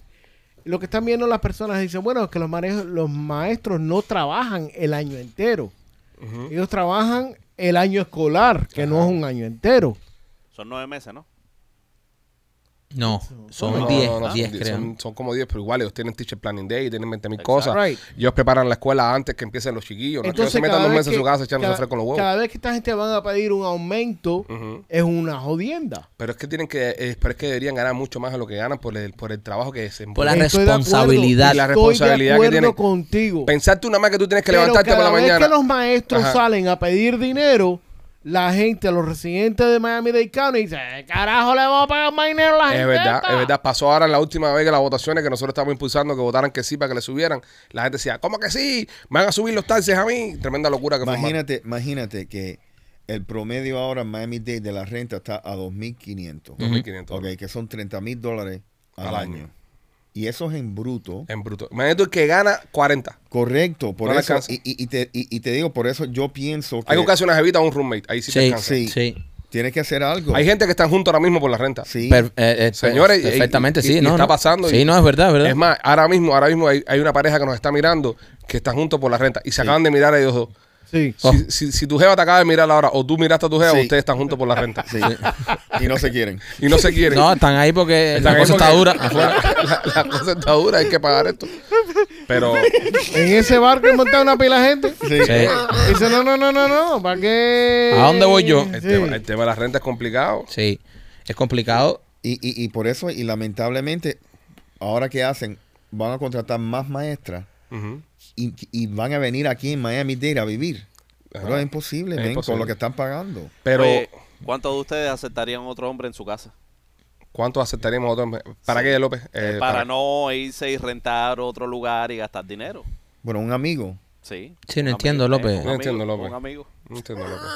Y lo que están viendo las personas dicen, bueno, es que los, maestros, los maestros no trabajan el año entero. Ellos trabajan el año escolar, que no es un año entero.
Son nueve meses, ¿no?
No,
No,
son
no,
10,
no, no,
10
son-
creo.
son, son como 10, pero igual ellos tienen teacher planning day, tienen 20 mil cosas.
Right.
Ellos preparan la escuela antes que empiecen los chiquillos. No es que ellos se metan
cada
dos
vez
meses en su
que-
casa echándose
cada-
fresco los huevos.
Cada vez que esta gente van a pedir un aumento,
Ujú.
es una jodienda.
Pero es que tienen que, eh, pero es que deberían ganar mucho más de lo que ganan por el, por el trabajo que se
Por la
Estoy de acuerdo,
responsabilidad.
Y la
estoy
responsabilidad que
de acuerdo
tienen.
contigo.
Pensar tú nada más que tú tienes que
Pero
levantarte
cada
por la
vez
mañana.
que los maestros
Ajá.
salen a pedir dinero, la gente, los residentes de Miami-Dade County, dice, "Eh, carajo, le vamos a pagar más dinero a la gente.
Es verdad,
esta?".
es verdad. Pasó ahora en la última vez que las votaciones que nosotros estábamos impulsando que votaran que sí para que le subieran. La gente decía, ¿cómo que sí? ¿Me van a subir los taxes a mí? Tremenda locura que fue. hermano.
Imagínate, imagínate que el promedio ahora en Miami-Dade de la renta está a 2.500.
2.500.
Ok, que son 30 mil dólares al,
Al año.
año. Y eso es en bruto.
En bruto. Imagínate el que gana 40.
Correcto. Por
No le
eso,
alcanza.
y, y- y te, y- y te digo, por eso yo pienso que
Hay que buscarse una jevita a un roommate. Ahí sí, te
Sí,
alcanza.
sí.
Sí. tienes que hacer algo.
Hay gente que están juntos ahora mismo por la renta.
Sí.
Per- eh, eh,
Señores,
per- perfectamente
y-
sí,
y- y
no,
está
no.
pasando y-
Sí, no es verdad, es verdad.
Es más, ahora mismo, ahora mismo hay, hay una pareja que nos está mirando que están juntos por la renta y se acaban de mirar a ellos dos.
Sí.
Si, si- si tu jeva te acaba de mirar ahora o tú miraste a tu jeva,
Sí.
ustedes están juntos por la renta.
Sí. y no se quieren.
Y no se quieren.
no, están ahí porque
Están
la
ahí
cosa
porque
está dura. afuera.
La, la- la cosa está dura, hay que pagar esto. Pero
En ese barco he montado una pila de gente.
Sí.
Sí.
Dice, no, no, no, no, no, ¿para qué?
¿A dónde voy yo?
el,
Sí.
tema, el tema de la renta es complicado.
Sí, es complicado.
Y, y- y por eso, y lamentablemente, ahora que hacen, van a contratar más maestras
Ujú.
y, y van a venir aquí en Miami-Dade a vivir.
Ajá.
Pero es imposible,
Es
men,
imposible.
con lo que están pagando.
Pero,
Oye, ¿cuántos de ustedes aceptarían otro hombre en su casa?
¿cuántos aceptaríamos otros? ¿Para qué, López? Eh,
para, no irse y rentar otro lugar y gastar dinero.
Bueno, un amigo.
Sí.
Sí,
Un
no entiendo,
amigo, eh,
López.
un
No entiendo,
amigo,
López.
Un amigo.
No entiendo, López.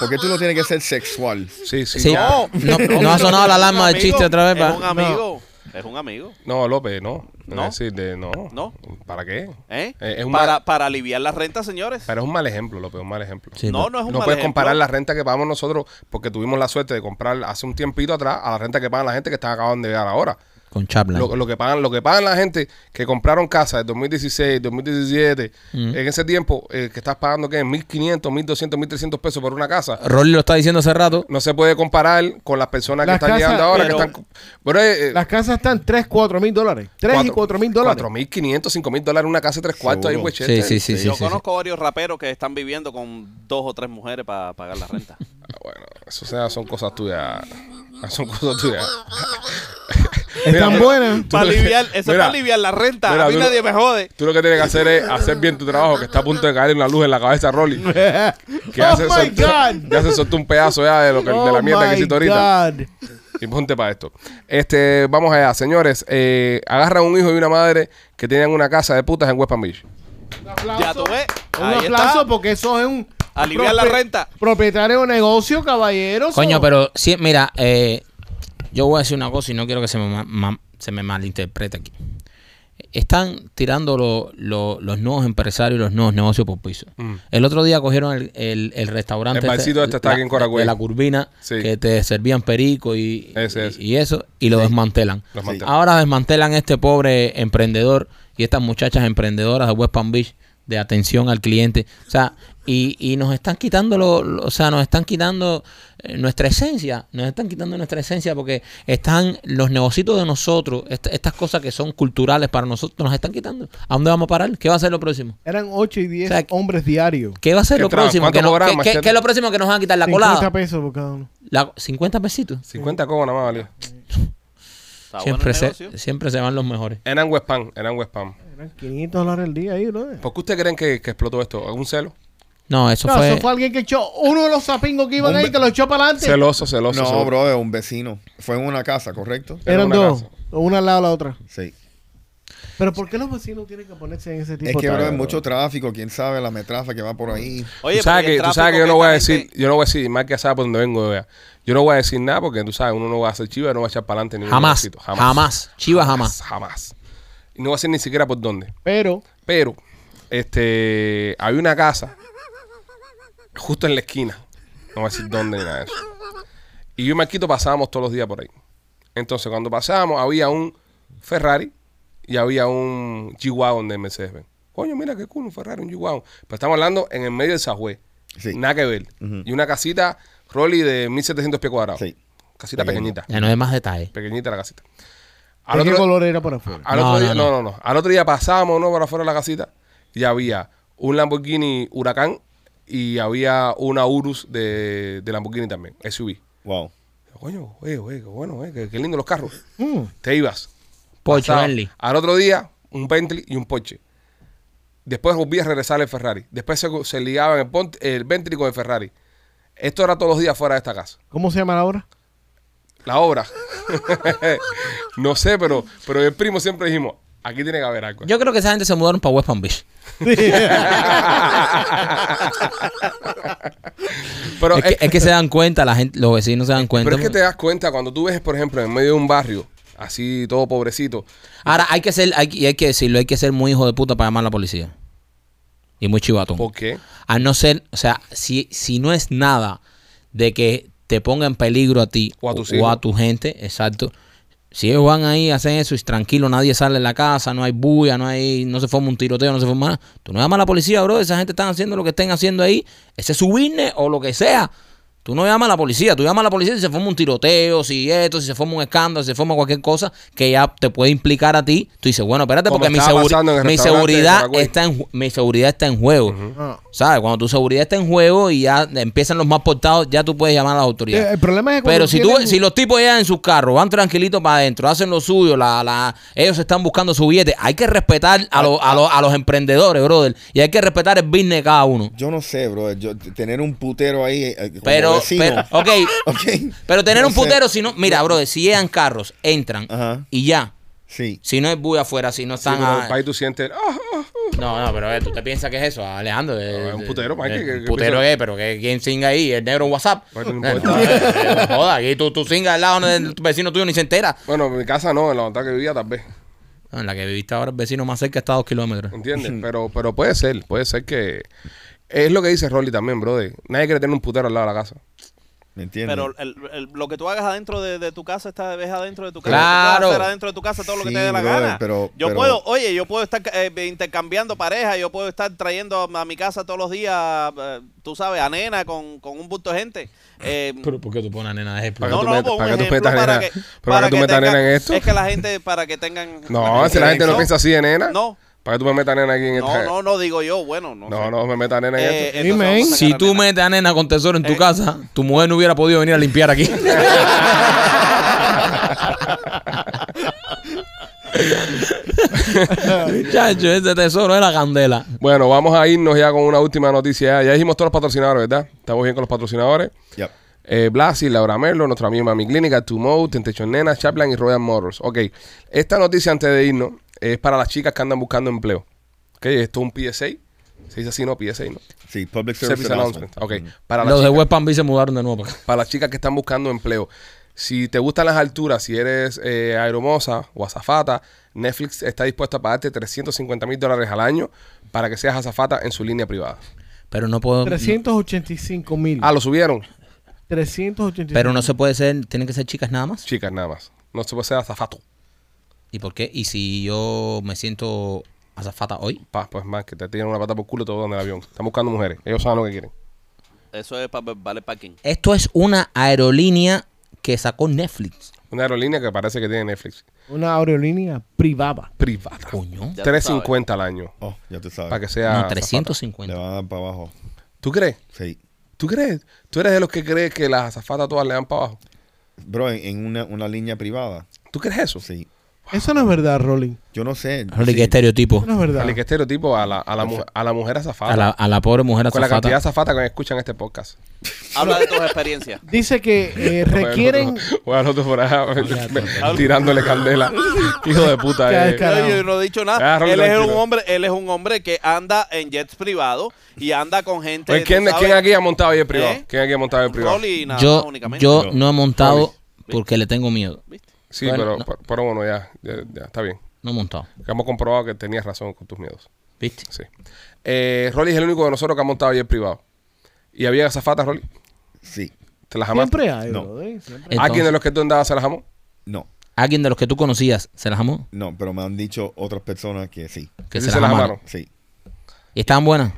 Porque tú lo tienes que hacer sexual.
Sí, sí.
Sí.
ya.
No, no ha sonado la alarma del chiste otra vez.
Es
pa.
un amigo. Es un amigo.
No, López, no.
No.
Es decir, de- no.
No.
¿Para qué?
¿eh?
Eh, es un
para,
mal-
para aliviar la renta, señores.
Pero es un mal ejemplo, López, un mal ejemplo.
Sí,
no,
pa.
no es un
no
mal
puedes
ejemplo.
comparar la renta que pagamos nosotros porque tuvimos la suerte de comprar hace un tiempito atrás a la renta que pagan la gente que está acabando de llegar ahora.
Con Chaplan.
Lo, lo que pagan lo que pagan la gente que compraron casa en 2016, 2017,
Mm.
en ese tiempo eh, que estás pagando que 1500, 1200, 1300 pesos por una casa.
Rolly lo está diciendo hace rato.
No se puede comparar con las personas
Las
que están
casas,
llegando ahora
pero-
que están Bueno, eh, eh,
Las casas están 3, 4 mil dólares. 3 y 4 mil dólares.
4500, 5000 dólares una casa de tres cuartos ahí, pues,
Seguro.
huechete.
Sí, sí, sí. sí,
Yo
sí, sí.
conozco varios raperos que están viviendo con dos o tres mujeres para pagar la renta.
Ah, Bueno, eso o sea, son cosas tuyas. Ah, Son cosas tuyas.
Están
Mira,
buenas.
para aliviar, eso es
Mira,
para aliviar la renta.
mira,
a mí
tú-
nadie me jode.
Tú lo que tienes que hacer es hacer bien tu trabajo, que está a punto de caer una luz en la cabeza de Rolly. Que
Oh
ya, se
my
soltó,
God. Oh
ya se soltó un pedazo ya de, lo que- de la mierda que
my
hiciste ahorita.
God.
Y ponte para esto. Este, vamos allá, señores. Eh, agarran un hijo y una madre que tenían una casa de putas en West Palm Beach.
Un aplauso.
Ya tú ves.
Un
Ahí
aplauso
está.
porque eso es un.
Aliviar la
prope-
renta.
Propietario de negocio, caballero.
Coño,
so.
pero sí, mira, eh, yo voy a decir una cosa y no quiero que se me, ma- ma- se me malinterprete aquí. Están tirando lo- lo- los nuevos empresarios y los nuevos negocios por piso. El otro día cogieron el, el- el restaurante.
Mm. El barcito este está
la-
aquí en Coragüey.
De la Curvina,
Sí.
que te servían perico y,
Ese,
y-
ese.
y eso, y lo desmantelan.
Lo desmantelan.
Ahora desmantelan este pobre emprendedor y estas muchachas emprendedoras de West Palm Beach de atención al cliente. O sea, y, y nos están quitando, lo, lo- o sea, nos están quitando eh, nuestra esencia, nos están quitando nuestra esencia porque están los negocios de nosotros, est- estas cosas que son culturales para nosotros, nos están quitando. ¿A dónde vamos a parar? ¿Qué va a ser lo próximo?
Eran 8 y 10
O sea,
hombres diarios.
¿Qué va a ser
¿Qué
lo
tra-
próximo?
cuánto
¿Qué, no- qué-
cobramos?
qué- qué es lo próximo que nos van a quitar? La colada.
pesos por cada uno.
La, 50 pesitos.
50 cobos nada más valía.
Está bueno el
Siempre
negocio.
se, siempre se van los mejores.
Eran West Palm, eran West Palm.
Eran 500 dólares al día ahí, ¿no?
¿Por qué ustedes creen que, que explotó esto? ¿Algún celo?
No, eso
No,
fue.
eso fue alguien que echó uno de los sapingos que iban
Hombre.
ahí que lo echó para adelante.
Celoso, celoso.
No,
seguro.
bro, es un vecino. Fue en una casa, ¿correcto?
Era
Eran
una
dos,
casa.
una al lado de la otra.
Sí.
Pero ¿por qué los vecinos tienen que ponerse en ese tipo
Es que,
de
bro, hay
tarea,
mucho tráfico. ¿Quién sabe la metrafa que va por ahí?
Oye,
tú sabes
porque
que,
el
tú sabes que
tráfico
yo no voy a
esta
decir,
gente-
yo no voy a decir, más que sabe por dónde vengo, vea. Yo no voy a decir nada porque tú sabes, uno no va a hacer chiva, no va a echar para adelante ningún
Jamás,
negocito.
jamás. Chivas jamás.
Jamás. Y no voy a decir ni siquiera por dónde.
Pero,
Pero, este, había una casa justo en la esquina. No voy a decir dónde ni nada de eso. Y yo y Marquito pasábamos todos los días por ahí. Entonces, cuando pasábamos, había un Ferrari y había un G-Wagon de Mercedes-Benz. Coño, mira qué cool, un Ferrari, un G-Wagon. Pero estamos hablando en el medio del Sajue.
Sí.
Nada que ver. Y una casita Rolly de 1700 pies
Oh.
cuadrados.
Sí.
Casita
Pequeño.
pequeñita.
Ya no hay más detalles.
Pequeñita la casita. Al
¿de qué
otro- Ah,
color era por afuera?
al
No,
otro día,
no,
no, no, no. Al otro día pasábamos, ¿no? Para afuera de la casita y había un Lamborghini Huracán y había una Urus de, de Lamborghini también, SUV.
Wow.
Coño, oye, oye, qué bueno, eh, qué, qué lindo los carros.
Mm.
Te ibas.
Pocho,
Pasaba.
Bentley.
Al otro día, un Bentley y un Porsche. Después volvía a regresar el Ferrari. Después se, se ligaba en el, Pont- el Bentley con el Ferrari. Esto era todos los días fuera de esta casa.
¿Cómo se llama la obra?
La obra. no sé, pero, pero el primo siempre dijimos, aquí tiene que haber algo.
Yo creo que esa gente se mudaron para West Palm Beach.
pero
es, que,
es-
es que se dan cuenta, la gente, los vecinos se dan cuenta.
pero es que te das cuenta cuando tú ves, por ejemplo, en medio de un barrio, así todo pobrecito,
Ahora, hay que ser, hay, que- y hay que decirlo, hay que ser muy hijo de puta para llamar a la policía. Y muy chivatón.
¿por qué?
A no ser, o sea, si, si no es nada de que te ponga en peligro a ti
O a tus hijos.
tu gente, exacto. Si ellos van ahí, hacen eso y tranquilo, nadie sale de la casa, no hay bulla, no hay, no se forma un tiroteo, no se forma nada. Tú no llamas a la policía, bro, esa gente están haciendo lo que estén haciendo ahí, ese es su business o lo que sea. Tú no llamas a la policía, tú llamas a la policía si se forma un tiroteo, si esto, si se forma un escándalo, si se forma cualquier cosa que ya te puede implicar a ti. Tú dices, bueno, espérate,
Como
porque mi,
estaba
seguri-
pasando en el
mi
restaurante de
seguridad
Camagüey.
está en, ju- mi seguridad está en juego.
Ah.
¿Sabes? Cuando tu seguridad está en juego y ya empiezan los más portados, ya tú puedes llamar a las autoridades.
Eh, el problema es que cuando
Pero si, tú,
tienen-
si los tipos llegan en sus carros, van tranquilitos para adentro, hacen lo suyo, la, la, ellos están buscando su billete, hay que respetar a, los- a los- a los emprendedores, brother. Y hay que respetar el business de cada uno.
Yo no sé, bro. Yo, tener un putero ahí eh, como
Pero, pero,
vecino.
ok.
Ok.
Pero tener
No
un
sé.
putero, si no, mira, brother, si llegan carros, entran
Ajá.
y ya.
Sí.
Si no es bulla afuera, si no
Sí,
están.
pero
a-
ahí tú sientes, "Ah, ah, ah".
No, no, pero eh, tú te piensas que es eso, Alejandro. eh,
es un putero, Mike,
eh,
que- que-
putero
que-
es, pero que quién singa ahí, el negro en WhatsApp.
Bueno, no
Eh,
importa.
eh, no joda, aquí tú, tú singas al lado del vecino tuyo ni se entera.
bueno, en mi casa no, en la otra que vivía tal vez,
No, En la que viviste ahora, el vecino más cerca está a dos kilómetros.
¿entiendes? pero, pero puede ser, puede ser que... Es lo que dice Rolly también, brother. Nadie quiere tener un putero al lado de la casa.
¿Me entiendes?
Pero el- el- lo que tú hagas adentro de, de tu casa está es adentro de tu casa.
Claro.
Tú puedes hacer adentro de tu casa todo lo que
Sí,
te dé la
brother,
gana.
pero-
yo
pero-
puedo, oye, yo puedo estar eh, intercambiando pareja, yo puedo estar trayendo a, a mi casa todos los días, eh, tú sabes, a nena con, con un bulto de gente. Eh,
Pero ¿por qué tú pones a nena de ejemplo?
Para que tú
no, no,
metas-
por un
para que tú
ejemplo,
metas
para
nena-
que-
pero para
para
que tú
que
metas
tengan-
nena en esto.
Es que la gente, para que tengan...
No, si la gente no piensa así de nena.
No.
¿Para que tú me metas nena aquí en
No,
esta-
no, no, digo yo, bueno, no
No,
sé.
no, me metas nena en
Eh,
esto.
entonces
Dime,
vamos a
¿eh?
sacar
Si
a
tú
nena.
metes a nena con tesoro en tu
Eh.
casa, tu mujer no hubiera podido venir a limpiar aquí. Chacho, ese tesoro era candela.
Bueno, vamos a irnos ya con una última noticia. Ya dijimos todos los patrocinadores, ¿verdad? Estamos bien con los patrocinadores.
Yep.
Eh, Blasi, Laura Merlo, nuestra amiga Mami Clínica, Tumo, Tentation Nena, Chaplan y Royal Motors. Ok, esta noticia antes de irnos es para las chicas que andan buscando empleo. Ok, esto es un PSA. Se dice así, no, PSA, ¿no?
Sí, Public Service,
Service
Announcement.
Announcement. Ok, para las
Los de
chicas-
West Palm Beach se mudaron de nuevo para acá.
para las chicas que están buscando empleo. Si te gustan las alturas, si eres eh, aeromoza o azafata, Netflix está dispuesta a pagarte 350 mil dólares al año para que seas azafata en su línea privada.
Pero no puedo.
385 mil.
Ah, lo subieron.
385
Pero no se puede ser, tienen que ser chicas nada más.
Chicas, nada más. No se puede ser azafato.
¿Y por qué? ¿Y si yo me siento azafata hoy?
Pa, pues más que te tiran una pata por culo todo en el avión. Están buscando mujeres. Ellos saben lo que quieren.
Eso es para vale parking.
Esto es una aerolínea que sacó Netflix.
Una aerolínea que parece que tiene Netflix.
Una aerolínea privada.
Privada.
Coño.
Ya tú
350 al año.
Oh, ya tú sabes.
Para que sea.
no,
Le
350.
van a dar para abajo.
azafata. ¿Tú crees?
Sí.
¿Tú crees? ¿Tú eres de los que cree que las azafatas todas le dan para abajo?
Bro, en- en una, una línea privada.
¿Tú crees eso?
Sí.
Eso no es verdad, Rolling.
Yo no sé.
Rolly,
sí.
qué estereotipo.
Eso no es verdad.
Dale, qué estereotipo a la, a la, mu- a la mujer azafata.
A la, a la pobre mujer
con la
azafata.
cantidad de azafatas que escuchan este podcast.
Habla de tus experiencias.
Dice que eh, requieren...
Voy a los otros por allá me- tirándole candela. Hijo de puta.
Ya,
eh.
ya.
No,
Carajo.
yo no he dicho nada.
Ah, Rolly,
él es un
tranquilo.
hombre, él es un hombre que anda en jets privados y anda con gente.
Oye,
tú
Pues, ¿quién,
sabes,
¿Quién aquí ha montado ahí el privado?
¿Eh?
¿Quién aquí ha montado el privado?
Rolly nada más
yo,
únicamente.
yo
Yo.
no he montado porque le tengo miedo.
¿Viste?
Sí,
Bueno,
pero,
no.
pero- pero bueno, ya, ya, ya, está bien.
No he montado.
Hemos comprobado que tenías razón con tus miedos.
¿Viste?
Sí. Eh, Rolly es el único de nosotros que ha montado ahí el privado. ¿Y había azafatas, Rolly?
Sí.
¿Te las amaste?
Siempre hay,
No.
brother, siempre.
¿A quién
Entonces,
de los que tú andabas se las amó?
No.
¿Alguien de los que tú conocías se las amó?
No, pero me han dicho otras personas que sí.
Que
Sí,
se
se
las
las
amaron.
amaron.
Sí.
¿Y estaban buenas?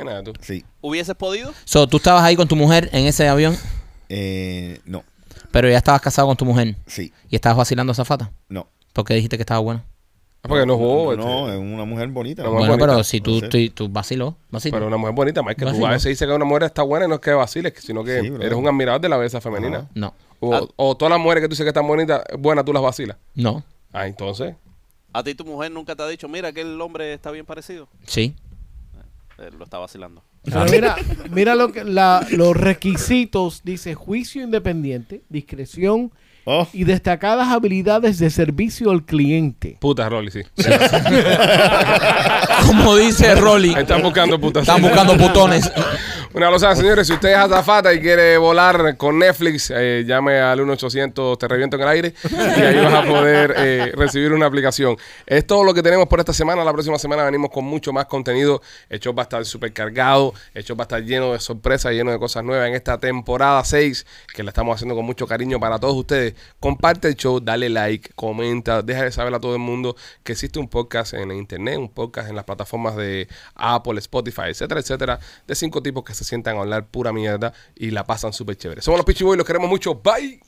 Imagínate tú.
Sí.
¿Hubieses podido?
So, tú estabas ahí con tu mujer en ese avión,
Eh, no.
pero ya estabas casado con tu mujer
Sí.
y estabas vacilando a Zafata.
No.
¿Por qué dijiste que estaba buena?
Ah, Porque no jugó.
no,
este.
es una mujer bonita.
Pero
Una
bueno,
mujer
pero
bonita.
si tú,
No sé.
tú, tú vaciló, vaciló.
Pero una mujer bonita, más que tú
Vacilo.
a veces dices que una mujer está buena y no es que vaciles, sino que
Sí, bro.
eres un admirador de la belleza femenina.
Ajá.
No,
O,
Ah.
o todas las mujeres que tú dices que están bonitas, buenas, tú las vacilas.
no,
Ah, entonces.
A ti tu mujer nunca te ha dicho, mira, aquel hombre está bien parecido.
sí.
Eh, Lo está vacilando.
Pero mira, mira lo que, la- los requisitos. Dice juicio independiente, discreción
Oh,
y destacadas habilidades de servicio al cliente.
Puta, Rolly, sí.
Oh.
Como dice Rolly,
Están buscando putas.
están buscando putones.
Una cosa, señores, si usted es azafata y quiere volar con Netflix, eh, llame al 1-800, te reviento en el aire y ahí vas a poder eh, recibir una aplicación. Es todo lo que tenemos por esta semana. La próxima semana venimos con mucho más contenido. El show va a estar súper cargado, el show va a estar lleno de sorpresas, lleno de cosas nuevas en esta temporada 6 que la estamos haciendo con mucho cariño para todos ustedes. Comparte el show, dale like, comenta, deja de saber a todo el mundo que existe un podcast en internet, un podcast en las plataformas de Apple, Spotify, etcétera, etcétera, de cinco tipos que se sientan a hablar pura mierda y la pasan súper chévere. Somos los Pichiboy, los queremos mucho. Bye.